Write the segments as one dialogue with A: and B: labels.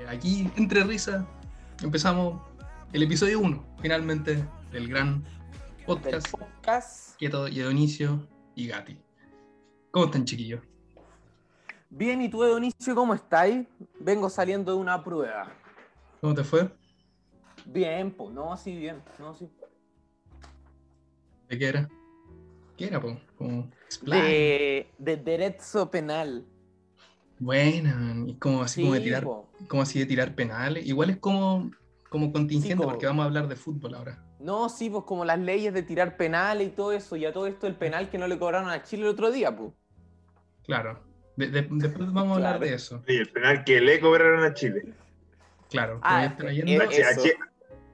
A: Eh, aquí, entre risas, empezamos el episodio 1, finalmente, del gran
B: Del
A: podcast
B: podcast.
A: Quieto, Dionisio y Gati. ¿Cómo están, chiquillos?
B: Bien, ¿y tú, Dionisio, cómo estáis? Vengo saliendo de una prueba.
A: ¿Cómo te fue?
B: Bien, pues, no, sí, bien, no, sí.
A: ¿De qué era? ¿Qué era, po? Como Splash.
B: De, de derecho penal.
A: Buena, man. y como así como de tirar,
B: po.
A: como así de tirar penales. Igual es como, como contingente,
B: po.
A: porque vamos a hablar de fútbol ahora.
B: No, sí, pues como las leyes de tirar penal y todo eso, y a todo esto el penal que no le cobraron a Chile el otro día, pues.
A: Claro. De- de- después vamos a hablar
B: Claro.
A: de eso.
C: Sí, el penal que le cobraron a Chile.
A: Claro.
B: Ah,
A: ¿me voy trayendo?
B: eh,
C: A, Chi- a
B: Eso,
C: Chi-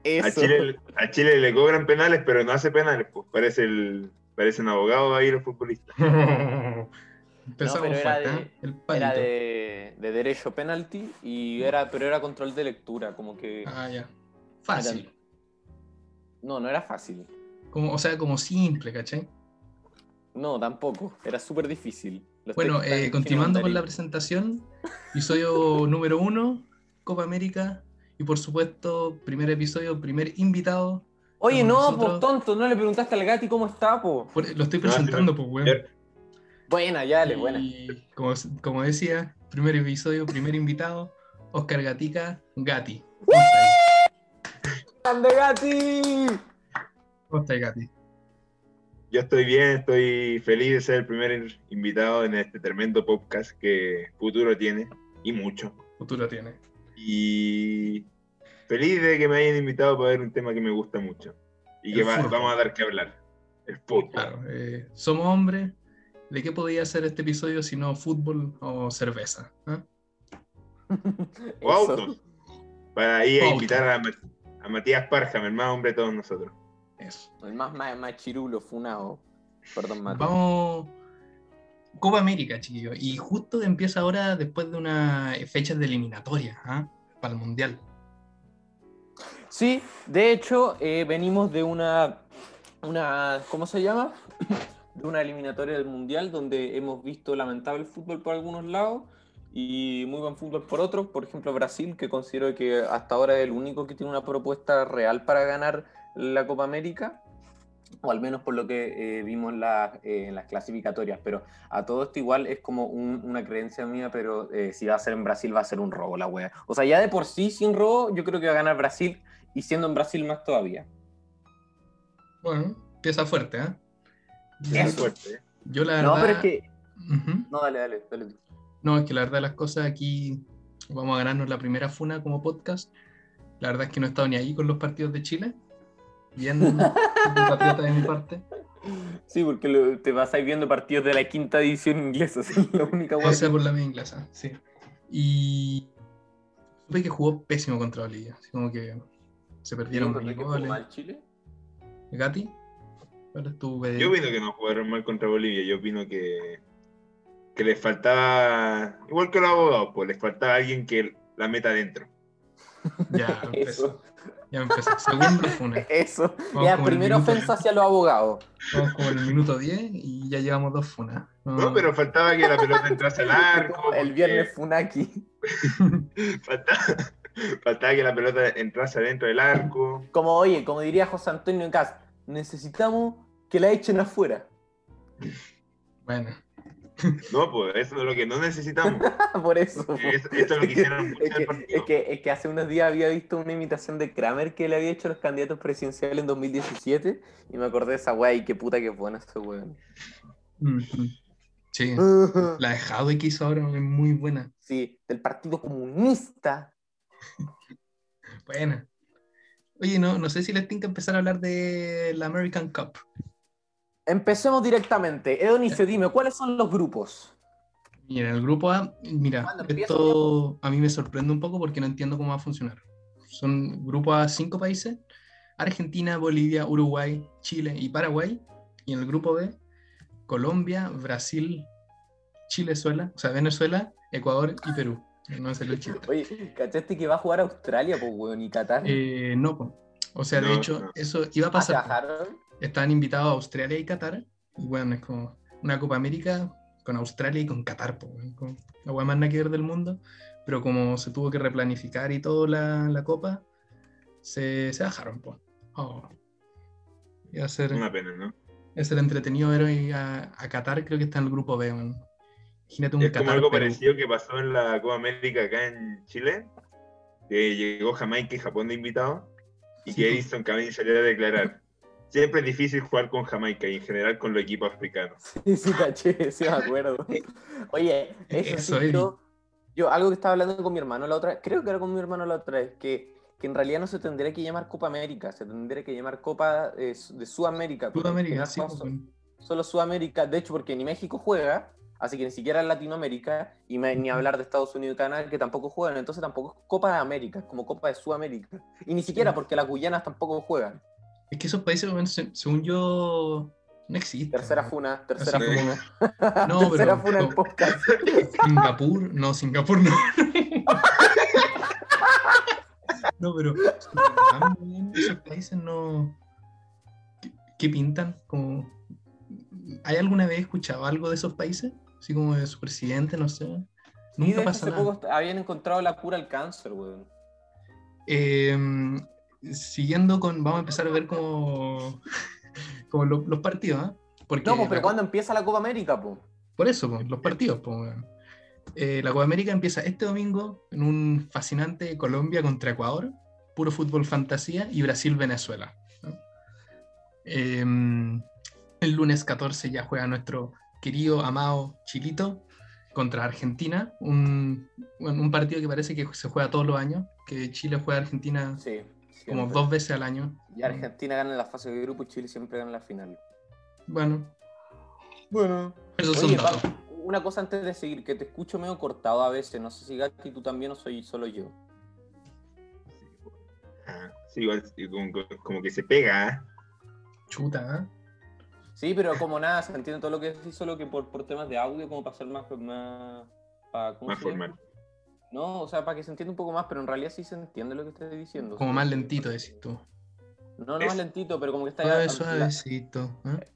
C: a
B: Eso.
C: Chile, a Chile le cobran penales, pero no hace penales. Pues parece el, parecen abogados ahí los futbolistas.
A: Empezamos
B: eh. pero era
A: fuerte,
B: de-
A: ¿eh? El palito.
B: Era de, de derecho penalti, y era, pero era control de lectura, como que...
A: Ah, ya. Fácil.
B: No, no era fácil.
A: Como, o sea, como simple, ¿cachai?
B: No, tampoco. Era súper difícil. Los
A: Bueno,
B: textos
A: eh,
B: en
A: continuando con la
B: mandarín.
A: presentación, episodio número uno, Copa América, y por supuesto, primer episodio, primer invitado.
B: Oye, no,
A: nosotros-
B: po, tonto, no le preguntaste al Gati cómo está, po.
A: Por- lo estoy
C: No, Ah, sí,
A: presentando, pues, weón.
C: Yo-
B: Buena, ya, dale, buena.
A: Y como, como decía, primer episodio, primer invitado, Oscar Gatica, Gati. ¿Cómo estáis?
B: ¡Grande Gati!
A: ¿Cómo estáis, Gati?
C: Yo estoy bien, estoy feliz de ser el primer invitado en este tremendo podcast que futuro tiene y mucho.
A: Futuro tiene.
C: Y feliz de que me hayan invitado para ver un tema que me gusta mucho y que
A: El
C: va-
A: fútbol.
C: vamos a dar que hablar. El fútbol.
A: Claro, eh, somos hombres. ¿De qué podía ser este episodio si no fútbol o cerveza? ¿Ah?
C: O
B: Eso.
C: autos. Para ir a
A: Autos.
C: invitar a, Ma- a Matías Parja, el más hombre de todos nosotros.
A: Eso.
B: El más, más, más chirulo, funado. Perdón, Mati.
A: Vamos. Copa América, chiquillos. Y justo empieza ahora después de una fecha de eliminatoria ¿ah? para el Mundial.
B: Sí, de hecho, eh, venimos de una, una. ¿Cómo se llama? De una eliminatoria del Mundial donde hemos visto lamentable fútbol por algunos lados y muy buen fútbol por otros. Por ejemplo, Brasil, que considero que hasta ahora es el único que tiene una propuesta real para ganar la Copa América. O al menos por lo que eh, vimos en las- eh, en las clasificatorias. Pero a todo esto igual es como un- una creencia mía, pero eh, si va a ser en Brasil va a ser un robo la wea. O sea, ya de por sí sin robo yo creo que va a ganar Brasil y siendo en Brasil más todavía.
A: Bueno, empieza fuerte, ¿ah?
C: Eso es
B: Eso.
C: fuerte, ¿eh?
A: Yo la verdad.
B: No, pero es que...
A: Ujú.
B: No, dale, dale, dale. tú.
A: No, es que la verdad las cosas aquí vamos a ganarnos la primera funa como podcast. La verdad es que no he estado ni ahí con los partidos de Chile. Bien, patriota de mi parte.
B: Sí, porque lo- te vas a ir viendo partidos de la quinta división inglesa, es la única wea.
A: O sea, por la media inglesa, sí. Y supe que jugó pésimo contra Bolivia. Así como que se perdieron
B: ¿Encontré
A: varios
B: que jugó
A: goles.
B: mal Chile?
A: Gati, ¿cuál es tu
C: Yo
A: veredicto?
C: opino que no jugaron mal contra Bolivia. Yo opino que, que les faltaba, igual que los abogados, pues les faltaba alguien que la meta adentro.
A: Ya empezó.
B: Eso,
A: Ya empezó. Segunda funa.
B: eso.
A: Vamos
B: Ya,
A: con el
B: primera
A: minuto.
B: ofensa hacia los abogados.
A: Vamos como en el minuto 10 y ya llevamos dos funas.
C: No, pero faltaba que la pelota entrase al arco.
B: Mm. El viernes Funaki.
C: porque Faltaba, faltaba que la pelota entrase adentro del arco.
B: Como, oye, como diría José Antonio Cas, necesitamos que la echen afuera.
A: Bueno,
C: No, pues eso es lo que no necesitamos.
B: Por eso. po.
C: Eso, eso es lo que hicieron mucho
B: Es
C: en el
B: que,
C: partido.
B: es que- es que hace unos días había visto una imitación de Kramer que le había hecho a los candidatos presidenciales en 2017 y me acordé de esa weá y qué puta que es bueno ese weón.
A: mm, mm. sí. La de Jadwe que hizo ahora es muy buena.
B: Sí, del Partido Comunista.
A: Buena. Oye, no, no sé si les tengo que empezar a hablar de la American Cup.
B: Empecemos directamente. Edonicio, dime, ¿cuáles son los grupos?
A: Mira, el grupo A, mira,
B: ¿Cuándo empieza,
A: esto a mí me sorprende un poco porque no entiendo cómo va a funcionar. Son grupo A cinco países, Argentina, Bolivia, Uruguay, Chile y Paraguay. Y en el grupo B, Colombia, Brasil, Chilezuela, o sea, Venezuela, Ecuador y Perú. No es el chiste.
B: Oye, ¿cachaste que va a jugar Australia, pues weón, y Qatar?
A: Eh, no, po. o sea, de
C: No,
A: hecho,
C: no.
A: eso iba a
B: Ah,
A: pasar. po.
B: ¿trabajaron?
A: Estaban invitados a Australia y Qatar. Y bueno, es como una Copa América con Australia y con Qatar, po, weón, como la weá más nada que ver del mundo. pero como se tuvo que replanificar y todo la, la copa, se, se bajaron. po. Oh. Y va a ser,
C: Una pena, ¿no?
A: es el entretenido ver hoy a, a Qatar, creo que está en el grupo B. weón. Imagínate un
C: Es como
A: Qatar.
C: algo
A: Perú.
C: parecido que pasó en la Copa América acá en Chile, que llegó Jamaica y Japón de invitado, y
A: Sí,
C: que
A: pues.
C: Edison Cavani salió a declarar. Siempre es difícil jugar con Jamaica y en general con los equipos africanos.
B: Sí, sí, caché, sí me acuerdo. Oye, eso,
A: Eh, Eso,
B: sí,
A: Eddie.
B: yo, yo algo que estaba hablando con mi hermano la otra creo que era con mi hermano la otra vez, que, que en realidad no se tendría que llamar Copa América, se tendría que llamar Copa eh, de Sudamérica. porque al
A: Sudamérica,
B: final
A: sí,
B: juega
A: pues,
B: so-
A: weón.
B: solo Sudamérica, de hecho, porque ni México juega, así que ni siquiera en Latinoamérica, y me- ni hablar de Estados Unidos y Canadá, que tampoco juegan, entonces tampoco es Copa de América, es como Copa de Sudamérica. Y ni siquiera
A: Mm.
B: porque las Guyanas tampoco juegan.
A: Es que esos países, weón, se- según yo, no existen.
B: Tercera
A: weón.
B: funa, tercera
A: Así que-
B: funa.
A: No, pero-
B: tercera funa en podcast.
A: Singapur, no, Singapur no. No, pero Surinam, weón, esos países no. ¿Qué, qué pintan? Como... ¿Hay alguna vez escuchado algo de esos países? Así como de su presidente, no sé.
B: Y de
A: Nunca
B: hecho,
A: pasa
B: hace
A: nada.
B: poco habían encontrado la cura al cáncer, weón.
A: Eh, siguiendo con. Vamos a empezar a ver como. como lo- los partidos, ¿ah? Porque
B: No, pues, pero
A: la-
B: ¿cuándo empieza la Copa América, po?
A: Por eso, po,
B: Este
A: los partidos. po, weón. Eh, la Copa América empieza este domingo en un fascinante Colombia contra Ecuador, puro fútbol fantasía y Brasil-Venezuela. ¿no? Eh, el lunes 14 ya juega nuestro querido, amado Chilito contra Argentina, un, bueno, un partido que parece que se juega todos los años, que Chile juega a Argentina
B: Sí.
A: como
B: siempre.
A: dos veces al año.
B: Y Argentina gana en la fase de grupo y Chile siempre gana en la final.
A: Bueno,
B: Bueno.
A: esos son
B: Oye,
A: datos.
B: Pablo, una cosa antes de seguir, que te escucho medio cortado a veces. No sé si Gatti tú también o soy solo yo.
C: Ah, Sí, igual, sí, como, como que se pega. ¿eh?
A: Chuta, ¿eh?
B: Sí, pero como nada, se entiende todo lo que decís, solo que por, por temas de audio, como para ser más. pues, más pa- ¿cómo
C: Más
B: se llama?
C: formal.
B: No, o sea, para que se entienda un poco más, pero en realidad sí se entiende lo que estás diciendo.
A: como más lentito, decís tú.
B: No, no más lentito, pero como que está
A: Suave, suavecito. ¿eh?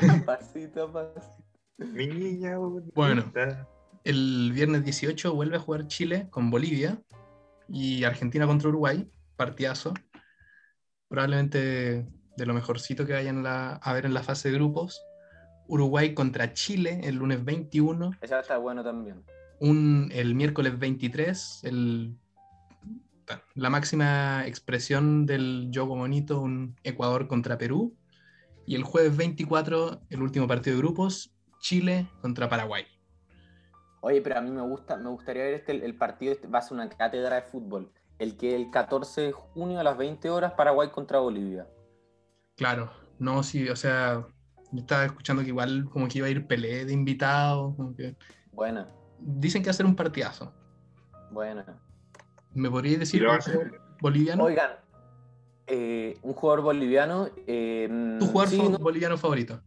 B: Pasito a pasito.
C: Mi niña bonita.
A: Bueno. El viernes 18 vuelve a jugar Chile con Bolivia y Argentina contra Uruguay, partidazo. Probablemente de lo mejorcito que vayan la- a ver en la fase de grupos. Uruguay contra Chile el lunes 21,
B: Ese está bueno también.
A: un- el miércoles 23, el- la máxima expresión del Yogo Bonito, un Ecuador contra Perú. Y el jueves 24, el último partido de grupos, Chile contra Paraguay.
B: Oye, pero a mí me gusta, me gustaría ver este, el partido, este- va a ser una cátedra de fútbol. El que el 14 de junio a las 20 horas, Paraguay contra Bolivia.
A: Claro, no, sí, o sea, yo estaba escuchando que igual como que iba a ir Pelé de invitado, como que-
B: Buena,
A: dicen que va a ser un partidazo.
B: buena.
A: ¿Me podrías
C: Y
A: decir
C: lo
A: un
C: hace.
A: jugador boliviano?
B: Oigan, eh, un jugador boliviano. eh,
A: ¿Tu jugador
B: sí,
A: fa-
B: no,
A: boliviano favorito?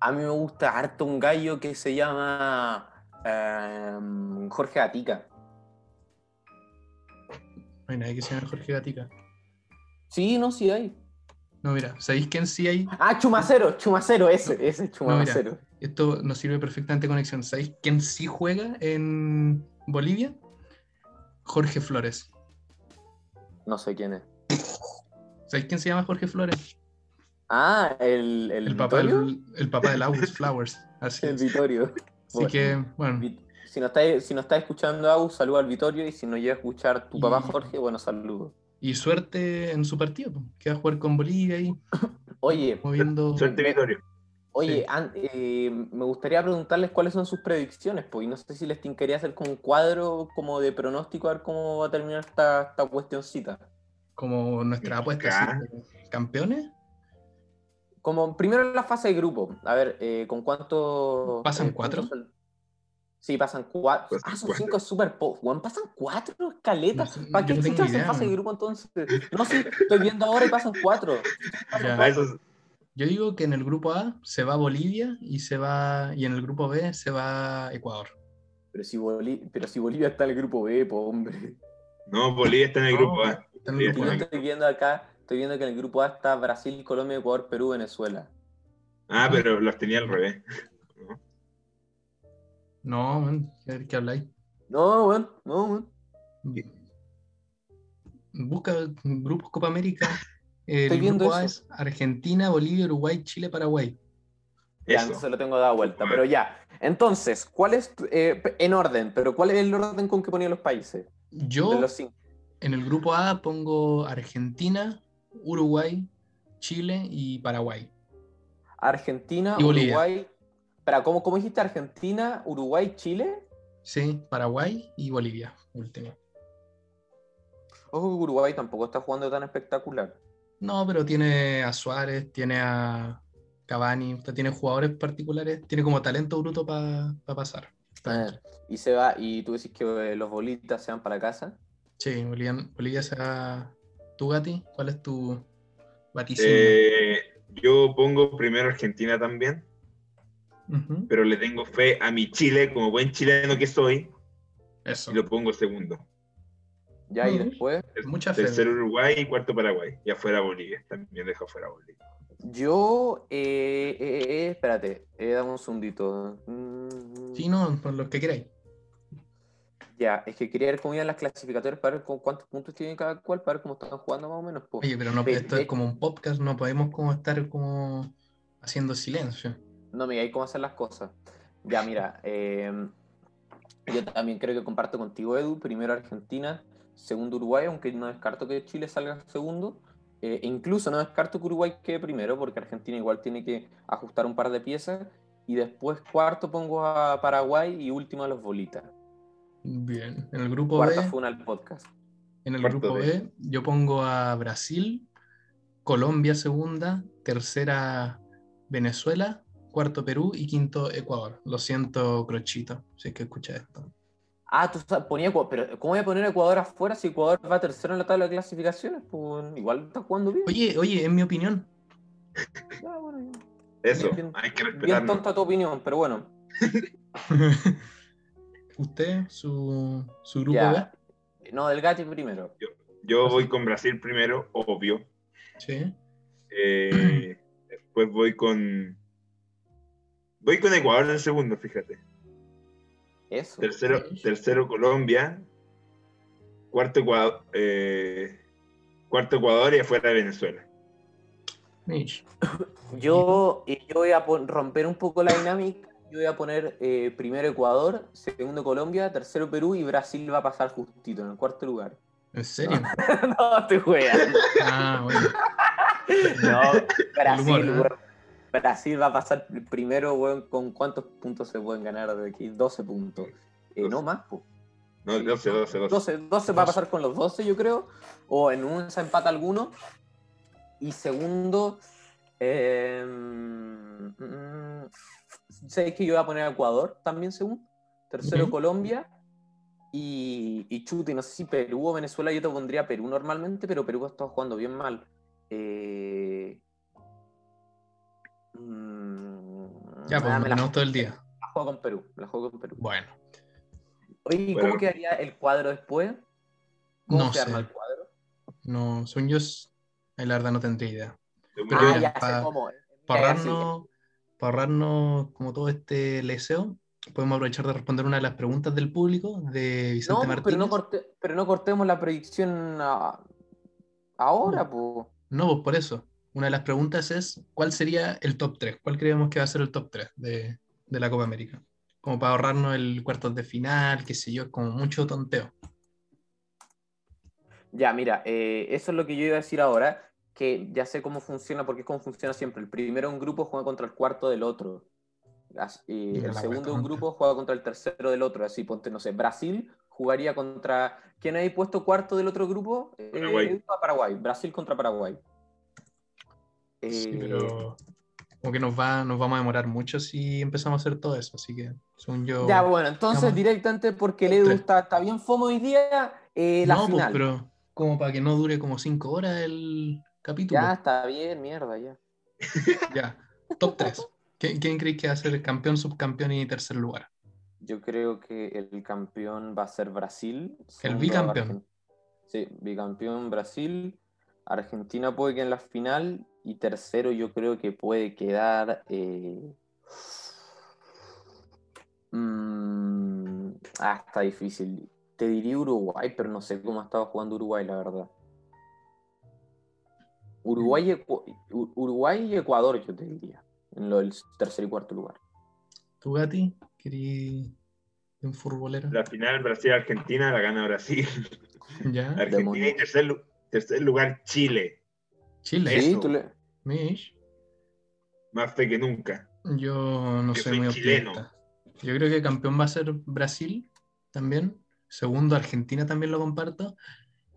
B: A mí me gusta harto un gallo que se llama eh, Jorge Atica.
A: No hay nadie que se llame Jorge Gatica.
B: Sí, no, sí hay.
A: No, mira, ¿sabéis quién sí hay?
B: Ah, Chumacero, Chumacero, ese, ese es
A: No, mira.
B: Chumacero.
A: Esto nos sirve perfectamente de conexión. ¿Sabéis quién sí juega en Bolivia? Jorge Flores.
B: no sé quién es.
A: ¿Sabéis quién se llama Jorge Flores?
B: Ah, el, el,
A: El papá,
B: Vittorio.
A: del, el papá de Laurus Flowers. Así,
B: El Vittorio.
A: así que, bueno,
B: Vi- Si nos está, si nos está escuchando Agus, saludo al Vittorio. Y si no llega a escuchar tu
A: Y-
B: papá Jorge, bueno, saludo.
A: y suerte en su partido, po, que va a jugar con Bolivia y
B: Oye,
A: moviendo.
C: Suerte, Vittorio.
B: oye,
A: sí.
B: an- eh, me gustaría preguntarles cuáles son sus predicciones, pues, y no sé si les tincaría hacer como un cuadro como de pronóstico a ver cómo va a terminar esta, esta cuestioncita.
A: como nuestra apuesta
C: Ya.
A: así, campeones
B: Como primero la fase de grupo, a ver, eh, ¿con cuánto?
A: ¿Pasan
B: eh, cuántos
A: cuatro?
B: son? Sí, pasan cuatro.
C: Pasan
B: ah, son
C: cuatro.
B: cinco, es súper poco. Juan, pasan cuatro escaletas.
A: No sé,
B: ¿Para
A: yo
B: qué
A: no tengo
B: existe
A: idea,
B: esa fase de
A: man.
B: grupo entonces? No, sí, estoy viendo ahora y pasan cuatro.
A: Ya.
C: Ah, eso es-
A: yo digo que en el grupo A se va Bolivia y se va y en el grupo B se va Ecuador
B: Pero si, Boli- pero si Bolivia está en el grupo B, po, hombre.
C: No, Bolivia está en el
A: No,
C: grupo ¿eh? A.
A: está en el
B: Y
A: grupo
B: yo
A: A.
B: estoy viendo acá, estoy viendo que en el grupo A está Brasil, Colombia, Ecuador, Perú, Venezuela.
C: Ah, pero los tenía al revés.
A: no man, ¿qué, qué habláis
B: No, weón, no, weón.
A: Busca grupos Copa América. El
B: Estoy viendo
A: grupo A
B: eso.
A: es Argentina, Bolivia, Uruguay, Chile, Paraguay.
B: Ya,
C: Eso.
B: entonces lo tengo dado vuelta, pero ya. Entonces, ¿cuál es, tu- eh, p- en orden, pero cuál es el orden con que ponía los países?
A: Yo
B: De los cinco.
A: en el grupo A pongo Argentina, Uruguay, Chile y Paraguay.
B: Argentina,
A: Y Bolivia.
B: Uruguay. Espera, ¿cómo, ¿cómo dijiste Argentina, Uruguay, Chile?
A: Sí, Paraguay y Bolivia, último.
B: Ojo que Uruguay tampoco está jugando tan espectacular.
A: No, pero tiene a Suárez, tiene a Cavani, o sea, tiene jugadores particulares, tiene como talento bruto para pasar.
B: Eh, y se va, y tú decís que eh, los bolitas se van para casa.
A: Sí, Bolivia, Bolivia será tu Gati. ¿Cuál es tu vaticinio?
C: Eh, yo pongo primero Argentina también,
A: Ujú,
C: pero le tengo fe a mi Chile, como buen chileno que soy,
A: Eso.
C: y lo pongo segundo.
B: Ya, y
A: Mm.
B: después.
A: Mucha fe.
C: Tercero Uruguay y cuarto Paraguay. Y afuera Bolivia. También deja fuera Bolivia.
B: Yo, eh, eh, eh, espérate, eh, dame un segundito. Mm,
A: Sí, no, por los que queráis.
B: Ya, es que quería ver cómo iban las clasificatorias para ver con cuántos puntos tienen cada cual, para ver cómo están jugando más o menos. po.
A: Oye, pero no,
B: Ve-
A: esto
B: ve-
A: es como un podcast, no podemos como estar como haciendo silencio.
B: No me digáis cómo hacer las cosas. Ya, mira, eh, yo también creo que comparto contigo, Edu. Primero Argentina, segundo Uruguay, aunque no descarto que Chile salga segundo. Eh, e incluso no descarto que Uruguay quede primero, porque Argentina igual tiene que ajustar un par de piezas. Y después cuarto pongo a Paraguay y último a los bolitas.
A: Bien, en el grupo
B: Cuarta
A: B,
B: fue al podcast.
A: en el
C: cuarto
A: grupo
C: B.
A: B, yo pongo a Brasil, Colombia segunda, tercera Venezuela, cuarto Perú y quinto Ecuador. Lo siento, Crochito, si es que escucha esto.
B: Ah, tú sa- ponía, Ecua- pero ¿cómo voy a poner a Ecuador afuera si Ecuador va tercero en la tabla de clasificaciones? Pues, igual está jugando bien.
A: Oye, oye, en mi opinión,
B: Ya, bueno, ya.
C: Eso,
B: Bien, bien.
C: hay que
B: Bien
C: respetarnos.
B: tonta tu opinión, pero bueno.
A: usted, su, su grupo
B: Ya. No, Delgati primero.
C: Yo voy con Brasil primero, obvio.
A: B, sí.
C: Eh, después voy con. Voy con Ecuador en segundo, fíjate.
B: Eso.
C: Tercero, tercero Colombia. Cuarto Ecuador, eh, cuarto Ecuador y afuera Venezuela.
A: Mish.
B: Yo, eh, yo voy a pon- romper un poco la dinámica. Yo voy a poner eh, primero Ecuador, segundo Colombia, tercero Perú y Brasil va a pasar justito en el cuarto lugar.
A: ¿En serio?
B: no, te juegas.
A: Ah, bueno.
B: No, Brasil,
A: El humor, ¿eh?
B: weón. Brasil va a pasar primero, weón, con cuántos puntos se pueden ganar de aquí. 12 puntos. Eh, no más, po.
C: No, 12, 12, 12.
B: 12, 12 va a pasar con los 12, yo creo. O en un se empata alguno. Y segundo, eh, mm, sé que yo voy a poner a Ecuador también segundo. Tercero,
A: Ujú.
B: Colombia. Y, y chute, no sé si Perú o Venezuela, yo te pondría Perú normalmente, pero Perú está jugando bien mal. Eh, mm,
A: Ya,
B: ah,
A: pues
B: me la,
A: no todo el día.
B: la juego con Perú, me la juego con Perú.
A: Bueno,
B: Oye, ¿y
C: Bueno.
B: cómo quedaría el cuadro después? ¿Cómo
A: no sé.
B: se arma el cuadro?
A: No, según yo, es- ahí la verdad no tendría idea.
C: Según
A: Pero
B: Ah,
C: yo,
A: ya,
B: ya
A: pa-
B: sé cómo.
A: Para
B: Ya, ya, sí,
A: ahorrarnos, para ahorrarnos como todo este leseo, podemos aprovechar de responder una de las preguntas del público de
B: No, pues,
A: Vicente
B: pero
A: Martínez.
B: no, corte- pero no cortemos la predicción a- ahora, po.
A: No, pues por eso. Una de las preguntas es, ¿cuál sería el top 3? ¿Cuál creemos que va a ser el top 3 de, de la Copa América? Como para ahorrarnos el cuartos de final, qué sé yo, es como mucho tonteo.
B: Ya, mira, eh, eso es lo que yo iba a decir ahora, que ya sé cómo funciona, porque es como funciona siempre. El primero de un grupo juega contra el cuarto del otro. As- y
A: Ya,
B: el
A: la
B: segundo de un
A: cuarta
B: grupo juega contra el tercero del otro. Así, ponte, no sé, Brasil jugaría contra... ¿Quién hay puesto cuarto del otro grupo? Eh,
C: Paraguay.
B: a Paraguay. Brasil contra Paraguay.
A: Sí,
B: Eh,
A: pero como que nos va, nos vamos a demorar mucho si empezamos a hacer todo eso. Así que, según yo...
B: Ya, bueno, entonces
A: Vamos.
B: directamente porque el Edu
A: Tres.
B: está, está bien fomo hoy día, eh, la
A: no, pues,
B: final.
A: pero como para que no dure como 5 horas el capítulo.
B: Ya
A: Ya.
B: está bien, mierda, ya.
A: Top 3. ¿Quién, quién creéis que va a ser campeón, subcampeón y tercer lugar?
B: Yo creo que el campeón va a ser Brasil. segundo
A: bicampeón.
B: Argen- Sí, bicampeón Brasil. Argentina puede que en la final. Y tercero, yo creo que puede quedar. eh, mm, Ah, está difícil. Te diría Uruguay, pero no sé cómo ha estado jugando Uruguay, la verdad. Uruguay, y Ecu- Ur- Uruguay y Ecuador, yo te diría, en lo del tercer y cuarto lugar.
A: ¿Tú, Gati? ¿Querí un futbolero?
C: La final Brasil-Argentina la gana Brasil.
A: ¿Ya?
C: Argentina y
B: demonio.
C: tercer, lu- tercer lugar Chile.
A: Chile.
C: Eso.
B: Sí, tú le-
A: Mish.
C: Más fe que nunca.
A: Yo no soy
C: Yo soy
A: muy
C: chileno.
A: optimista. Yo creo que campeón va a ser Brasil también. Segundo, Argentina también lo comparto.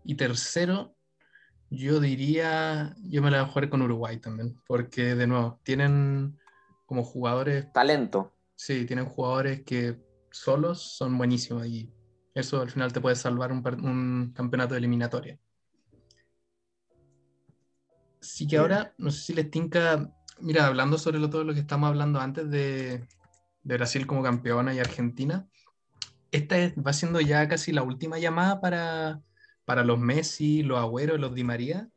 A: Y tercero, yo diría, yo me la voy a jugar con Uruguay también, porque de nuevo, tienen como jugadores,
B: talento.
A: sí, tienen jugadores que solos son buenísimos y eso al final te puede salvar un, par- un campeonato de eliminatoria. Así que
C: Bien.
A: ahora, no sé si les tinca, mira, hablando sobre lo, todo lo que estamos hablando antes de, de Brasil como campeona y Argentina, esta es- va siendo ya casi la última llamada para, para los Messi, los Agüero, los Di María,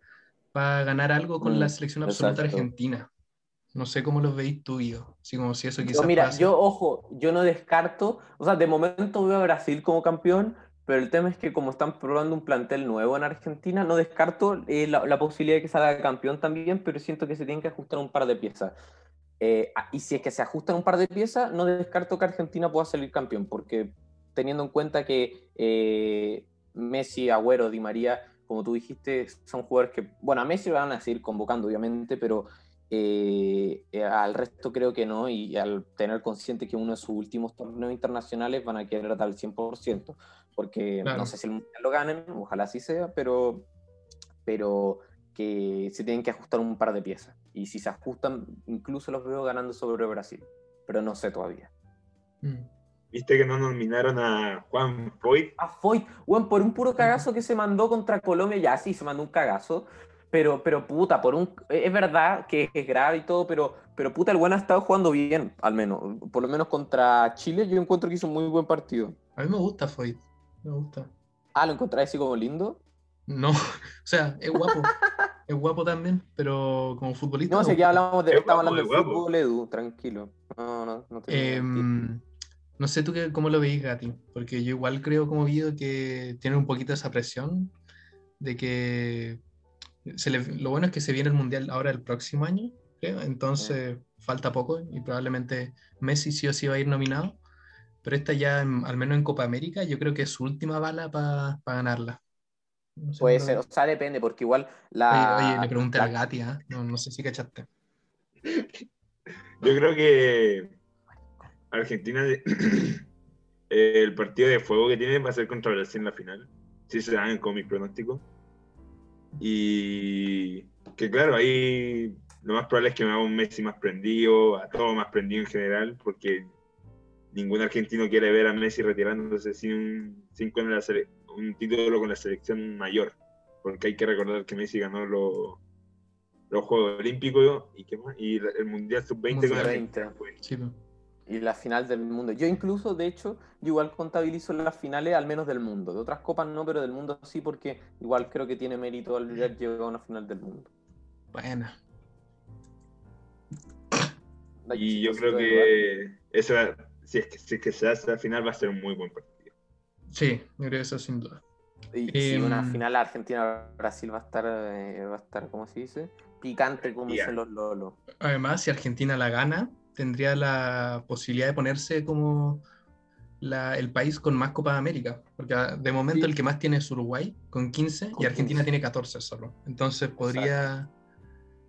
A: para ganar algo con
B: Mm,
A: la selección absoluta
B: exacto.
A: argentina. No sé cómo los veis tú, Guido. Así como si eso
B: Yo,
A: quizás
B: mira,
A: pase.
B: yo, ojo, yo no descarto, o sea, de momento veo a Brasil como campeón, pero el tema es que como están probando un plantel nuevo en Argentina, no descarto eh, la, la posibilidad de que salga campeón también, pero siento que se tienen que ajustar un par de piezas. Eh, ah, y si es que se ajustan un par de piezas, no descarto que Argentina pueda salir campeón, porque teniendo en cuenta que eh, Messi, Agüero, Di María, como tú dijiste, son jugadores que, bueno, a Messi lo van a seguir convocando, obviamente, pero eh, eh, al resto creo que no, y al tener consciente que uno de sus últimos torneos internacionales van a querer dar el 100%, porque
A: Claro.
B: no sé si el Mundial lo ganen, ojalá así sea, pero, pero que se tienen que ajustar un par de piezas. Y si se ajustan, incluso los veo ganando sobre Brasil, pero no sé todavía.
A: Mm.
C: ¿Viste que no nominaron a Juan Foyt?
B: Ah, Foyt, weón, por un puro cagazo que se mandó contra Colombia, ya sí, se mandó un cagazo, pero, pero puta, por un, e, es verdad que es grave y todo, pero, pero puta, el buen ha estado jugando bien, al menos, por lo menos contra Chile, yo encuentro que hizo un muy buen partido.
A: A mí me gusta Foyt. Me gusta.
B: Ah, lo encontré así como lindo.
A: No, o sea, es guapo. es guapo también, pero como futbolista.
B: No,
A: me
B: sé,
A: gusta.
B: ya hablamos de,
C: Es
B: estaba
C: guapo,
B: hablando de
C: es guapo.
B: fútbol, Edu, tranquilo. No, no, no te
A: Em, no sé tú qué, cómo lo veis, Gati, porque yo igual creo como Guido que tiene un poquito esa presión de que se le- lo bueno es que se viene el Mundial ahora el próximo año, creo, entonces falta poco y probablemente Messi sí o sí va a ir nominado, pero esta ya, en- al menos en Copa América, yo creo que es su última bala para ganarla. No sé
B: Puede
A: cómo
B: ser,
A: lo
B: o
A: veis.
B: sea, depende, porque igual
A: Oye,
B: la...
A: oye, le pregunté
B: la-
A: al Gati, ¿ah? no, no sé si cachaste.
C: Yo creo que Argentina, el partido de fuego que tiene va a ser contra Brasil en la final. Si se dan con mi pronóstico. Y que claro, ahí lo más probable es que me haga un Messi más prendido, a todo más prendido en general, porque ningún argentino quiere ver a Messi retirándose sin, un- sin con la sele- un título con la selección mayor. Porque hay que recordar que Messi ganó lo- los Juegos Olímpicos y, ¿qué más? y la- el Mundial Sub-20 con
A: Mundial
C: Argentina. pues.
A: Sí, po.
B: Y la final del mundo. Yo incluso, de hecho, yo igual contabilizo las finales al menos del mundo. De otras copas no, pero del mundo sí, porque igual creo que tiene mérito
C: Mm.
B: al haber llegado a una final del mundo.
A: buena.
C: Y yo
B: Chistosito
C: creo
B: de verdad.
C: que esa, si, es que, si es que se hace al final, va a ser un muy buen partido.
A: Sí, yo creo que eso sin duda.
B: Y, sí,
A: Em,
B: una final Argentina-Brasil va a estar, eh, va a estar, ¿cómo se dice? Picante, como
C: Ya.
B: dicen los lolos.
A: Además, si Argentina la gana, tendría la posibilidad de ponerse como la- el país con más Copa de América, porque ah, de momento
B: Sí.
A: el que más tiene es Uruguay, con 15, y
B: Con
A: Argentina
B: 15.
A: tiene 14 solo. Entonces podría...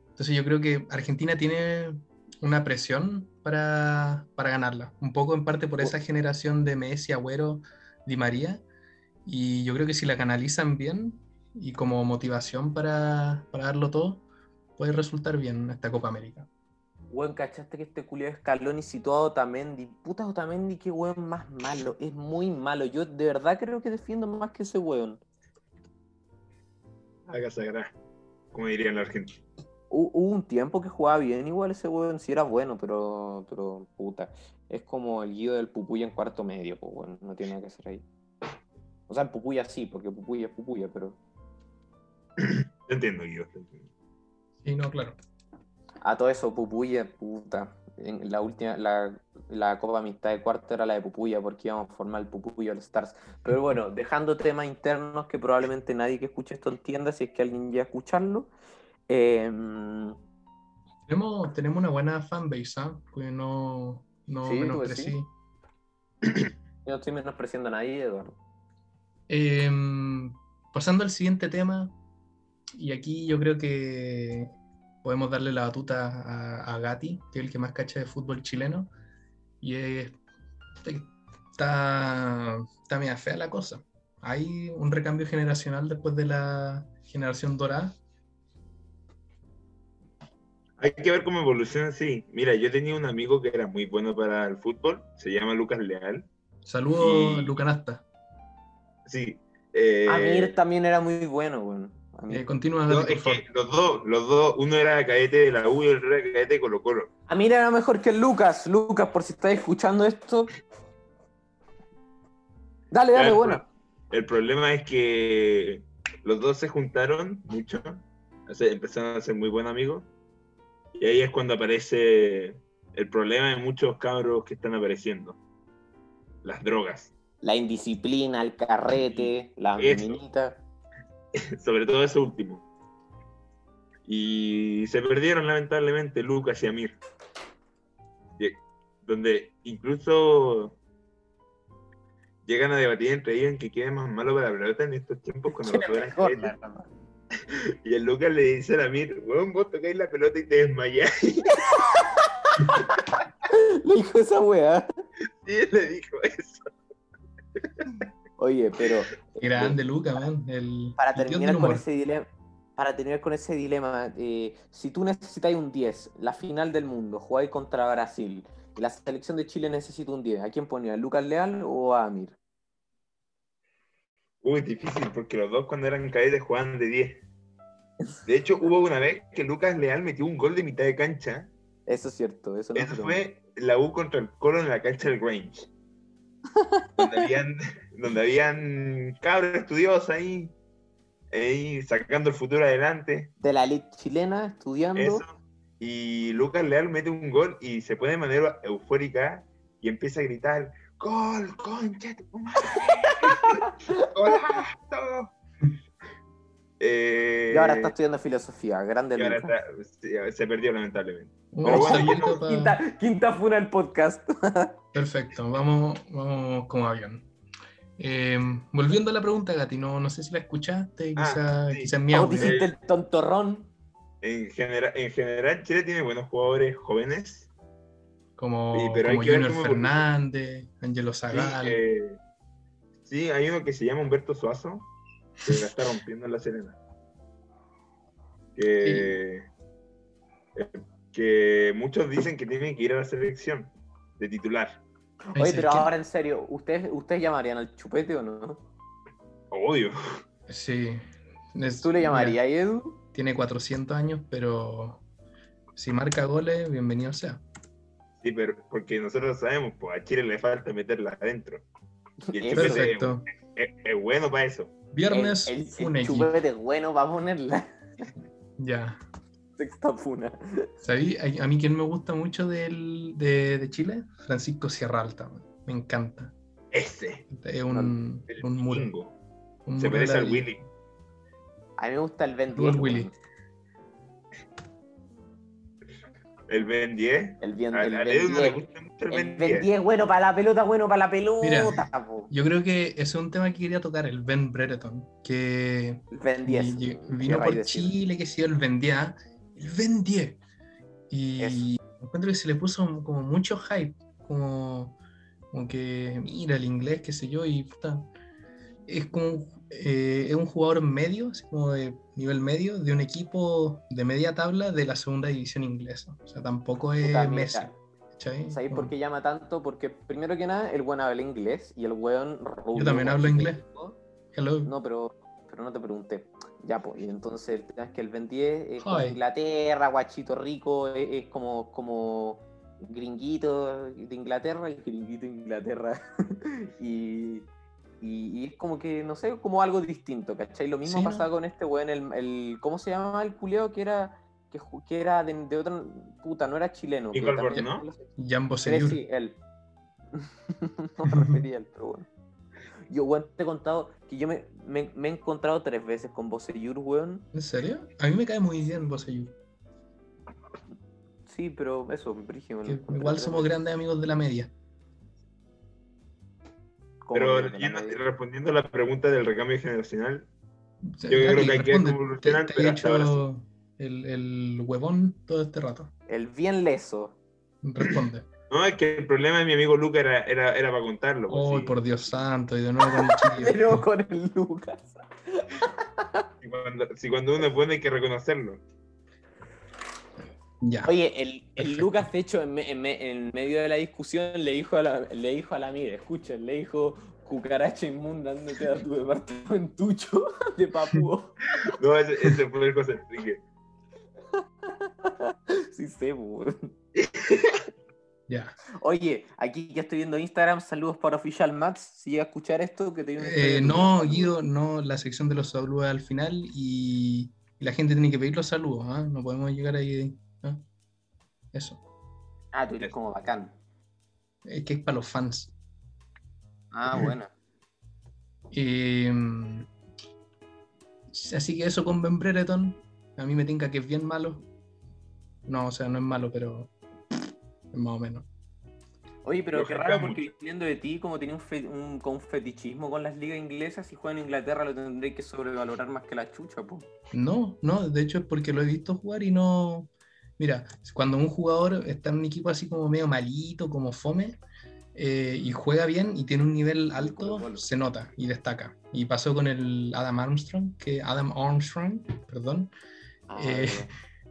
A: Entonces yo creo que Argentina tiene una presión para, para ganarla, un poco en parte por
B: Bu-
A: esa generación de Messi, Agüero, Di María, y yo creo que si la canalizan bien y como motivación para, para darlo todo, puede resultar bien esta Copa América.
B: Weón, ¿cachaste que este culiado Scaloni citó a Otamendi? Puta Otamendi, qué weón más malo. Es muy malo. Yo de verdad creo que defiendo más que ese weón.
C: Haga sagrada, como dirían la Argentina.
B: Hu- Hubo un tiempo que jugaba bien, igual ese weón sí era bueno, pero, pero puta. Es como el guido del Pupuya en cuarto medio, pues bueno, no tiene nada que hacer ahí. O sea, en Pupuya sí, porque Pupuya es Pupuya, pero.
C: Te entiendo, Guido. te entiendo.
A: Sí, no, claro.
B: A todo eso, Pupuya, puta. En la última, la la Copa Amistad de Cuarto era la de Pupuya, porque íbamos a formar el Pupuyo All Stars. Pero bueno, dejando temas internos que probablemente nadie que escuche esto entienda, si es que alguien llega a escucharlo. Eh,
A: Tenemos, tenemos una buena fanbase, ¿ah? Porque no, no
B: Sí,
A: menosprecí.
B: pues sí. yo no estoy menospreciando a nadie, Eduardo.
A: Em, pasando al siguiente tema, y aquí yo creo que podemos darle la batuta a, a Gatti, que es el que más cacha de fútbol chileno, y es- está, está media fea la cosa. Hay un recambio generacional después de la generación dorada.
C: Hay que ver cómo evoluciona, sí. Mira, yo tenía un amigo que era muy bueno para el fútbol, se llama Lucas Leal.
A: Saludos,
C: Y-
A: Lucanasta.
C: Sí. eh,
B: Amir también era muy bueno, bueno.
A: Eh,
B: Amir,
A: continúa,
C: no,
A: Gatti,
C: es
A: por favor.
C: que los dos, los dos, uno era cadete de la U y el otro era cadete de Colo Colo.
B: Amir era mejor que Lucas. Lucas, por si estás escuchando esto. Dale, dale,
C: Claro.
B: bueno.
C: El problema es que los dos se juntaron mucho, o sea, empezaron a ser muy buenos amigos, y ahí es cuando aparece el problema de muchos cabros que están apareciendo. Las drogas.
B: La indisciplina, el carrete, la
C: Eso.
B: minita.
C: Sobre todo ese último. Y se perdieron lamentablemente Lucas y Amir. Y- Donde incluso llegan a debatir entre ellos en que quién es más malo para la pelota en estos tiempos cuando los dos eran cadetes. Y el Lucas le dice a la Mir, weón, vos tocáis la pelota y te desmayáis.
B: Le dijo esa weá.
C: Y él le dijo eso.
B: Oye, pero
A: Grande, Luca, man. El,
B: para
A: el dios
B: terminar
A: del
B: con
A: humor.
B: este ese dilema, para terminar con ese dilema, eh, si tú necesitáis un 10, la final del mundo, jugáis contra Brasil, y la selección de Chile necesita un 10, ¿a quién ponía? ¿A Lucas Leal o a Amir?
C: Uy, difícil, porque los dos cuando eran cadetes jugaban de 10. De hecho, hubo una vez que Lucas Leal metió un gol de mitad de cancha.
B: Eso es cierto, eso no
C: Eso
B: es
C: fue la U contra el Colo en la cancha del Grange. Donde habían, donde habían cabros estudiosos ahí, ahí sacando el futuro adelante.
B: de la elite chilena estudiando.
C: Eso. Y Lucas Leal mete un gol y se pone de manera eufórica y empieza a gritar: ¡Gol, concha de tu madre! ¡Golazo! Eh,
B: Y ahora está estudiando filosofía, grande
C: y ahora
B: Lucas.
C: está- se- se perdió lamentablemente.
A: Un
C: Pero bueno,
A: saludito
C: yo no-
A: pa-
B: Quinta, quinta funa del podcast.
A: Perfecto, vamos, vamos como avión. Eh, volviendo a la pregunta, Gati, no, no sé si la escuchaste,
C: Ah,
A: quizá,
C: sí.
A: quizá en mi
B: Vos
A: audio.
B: te hiciste Oh, el tontorrón.
C: En, genera- en general, Chile tiene buenos jugadores jóvenes.
A: Como,
C: Sí, pero hay
A: como
C: que ver
A: Junior
C: cómo evoluciona.
A: Fernández, Angelo
C: Sí,
A: Zagal.
C: eh, sí, hay uno que se llama Humberto Suazo, que la está rompiendo en la Serena. Que, eh, que muchos dicen que tiene que ir a la selección de titular.
A: Ahí
B: Oye,
A: sí,
B: pero
A: es que-
B: ahora en serio, ¿ustedes, ¿ustedes llamarían al chupete o no?
C: Obvio.
A: sí. Es-
B: ¿Tú le
A: mira,
B: llamarías, Edu?
A: tiene 400 años, pero si marca goles, bienvenido sea.
C: Sí, pero porque nosotros sabemos, pues a Chile le falta meterla adentro. Y el
B: Eso.
C: chupete
A: Perfecto.
C: es, es bueno para eso.
A: Viernes,
B: el, el, el
A: Funeki.
B: chupete bueno va a poner la
A: Ya.
B: sexta funa.
A: ¿Sabí? A, a mí quien me gusta mucho del- de, de Chile, Francisco Sierra Alta. man. Me encanta.
C: Ese,
A: Es un,
C: el
A: un muro.
C: pingo.
A: un
C: Se
A: muro de
C: parece
A: la
C: al
A: vida.
C: Willy.
B: A mí me gusta el Ben
A: Tú el
B: 10.
A: Willy.
B: weón.
C: El Ben 10.
B: El Ben,
C: A,
B: el
C: a
B: Ben
C: Edu no le
B: 10.
C: gusta mucho el
B: El
C: Ben
B: Ben
C: 10.
B: 10, bueno para la pelota, bueno para la pelota.
A: Mira.
B: po.
A: Yo creo que ese es un tema que quería tocar, el Ben Brereton, que
B: El Ben 10.
A: vi-
B: qué
A: vino
B: vais a
A: por
B: decir.
A: Chile, que se dio el Ben 10, ¿ah? el Ben 10. Y encuentro que se le puso como mucho hype, como, como que mira el inglés, qué sé yo, y puta, es como eh, es un jugador medio, así como de nivel medio, de un equipo de media tabla de la segunda división inglesa. O sea, tampoco es
B: Puta, mira.
A: Messi. ¿cachai?
B: ¿Sabéis
A: Como-
B: por qué llama tanto? Porque primero que nada, el weón habla inglés y el weón rubio.
A: Yo también hablo
B: weón,
A: inglés.
B: tipo,
A: Hello.
B: No, pero, pero no te pregunté. Ya, pues, y entonces el tema es que el Ben 10 es como
A: Hi.
B: Inglaterra, guachito rico, es, es como, como gringuito de Inglaterra, el gringuito de Inglaterra. y, y- y es como que, no sé, como algo distinto, ¿cachai? Lo mismo
A: Sí, ¿no?
B: pasaba con este weón, el, el- ¿cómo se llamaba el culeo? Que era que, ju- que era de, de otra puta, no era chileno.
C: Nicol
B: pero también-
C: Borno.
A: Jambo
B: Sí,
A: Seyur.
B: sí, él. no me refería a él, pero bueno. Yo, weón, te he contado que yo me, me- me he encontrado tres veces con Boseyur, weón.
A: ¿En serio? A mí me cae muy bien Boseyur.
B: Sí, pero eso, brígido. me lo
A: que
B: encontré
A: Igual
B: tres
A: somos
B: veces.
A: grandes amigos de la media.
B: ¿Cómo
C: Pero
B: no te la
C: yendo-
B: nadie?
C: respondiendo a la pregunta del recambio generacional,
A: O sea,
C: Yo creo
A: Katy,
C: que hay que
A: responde, te,
C: evolucionar,
A: te
C: pero
A: he
C: hasta ahora
A: hecho el, el huevón todo este rato.
B: El bien leso.
A: Responde.
C: no, es que el problema de mi amigo Luca era, era, era para contarlo. pues,
A: Oh,
C: sí.
A: por Dios santo, y de nuevo con el
B: De
A: chiquillo.
B: nuevo con el Lucas.
C: Si cuando, si cuando uno es bueno hay que reconocerlo.
A: Ya.
B: Oye, el, el
A: Perfecto.
B: Lucas, de hecho, en, me- en me- en medio de la discusión le dijo a la, le dijo a la mire, escuchen, le dijo cucaracha inmunda andate a tu departamentucho de papúo.
C: No, ese, ese fue el José Enrique.
B: sí sé, pues, weón.
A: Ya.
B: Oye, aquí ya estoy viendo Instagram, saludos para Official Max. Si llega a escuchar esto, que te digo.
A: Eh, no, Guido, no, la sección de los saludos al final y, y la gente tiene que pedir los saludos, ¿ah? No podemos llegar ahí. ¿ah? Eso.
B: Ah, tú eres como bacán.
A: Es que es para los fans.
B: Ah, bueno.
A: Eh, así que eso con Ben Brereton, a mí me tinca que es bien malo. No, o sea, no es malo, pero es más o menos.
B: Oye, pero
C: Lo
B: qué
C: hypean
B: raro,
C: mucho.
B: porque viendo de ti, como tiene un, fe- un- como un fetichismo con las ligas inglesas, si juega en Inglaterra lo tendréis que sobrevalorar más que la chucha, po.
A: No, no, de hecho es porque lo he visto jugar y no. Mira, cuando un jugador está en un equipo así como medio malito, como fome, eh, y juega bien y tiene un nivel alto,
B: Colo-Colo.
A: se nota y destaca. Y pasó con el Adam Armstrong, que Adam Armstrong, perdón, Eh,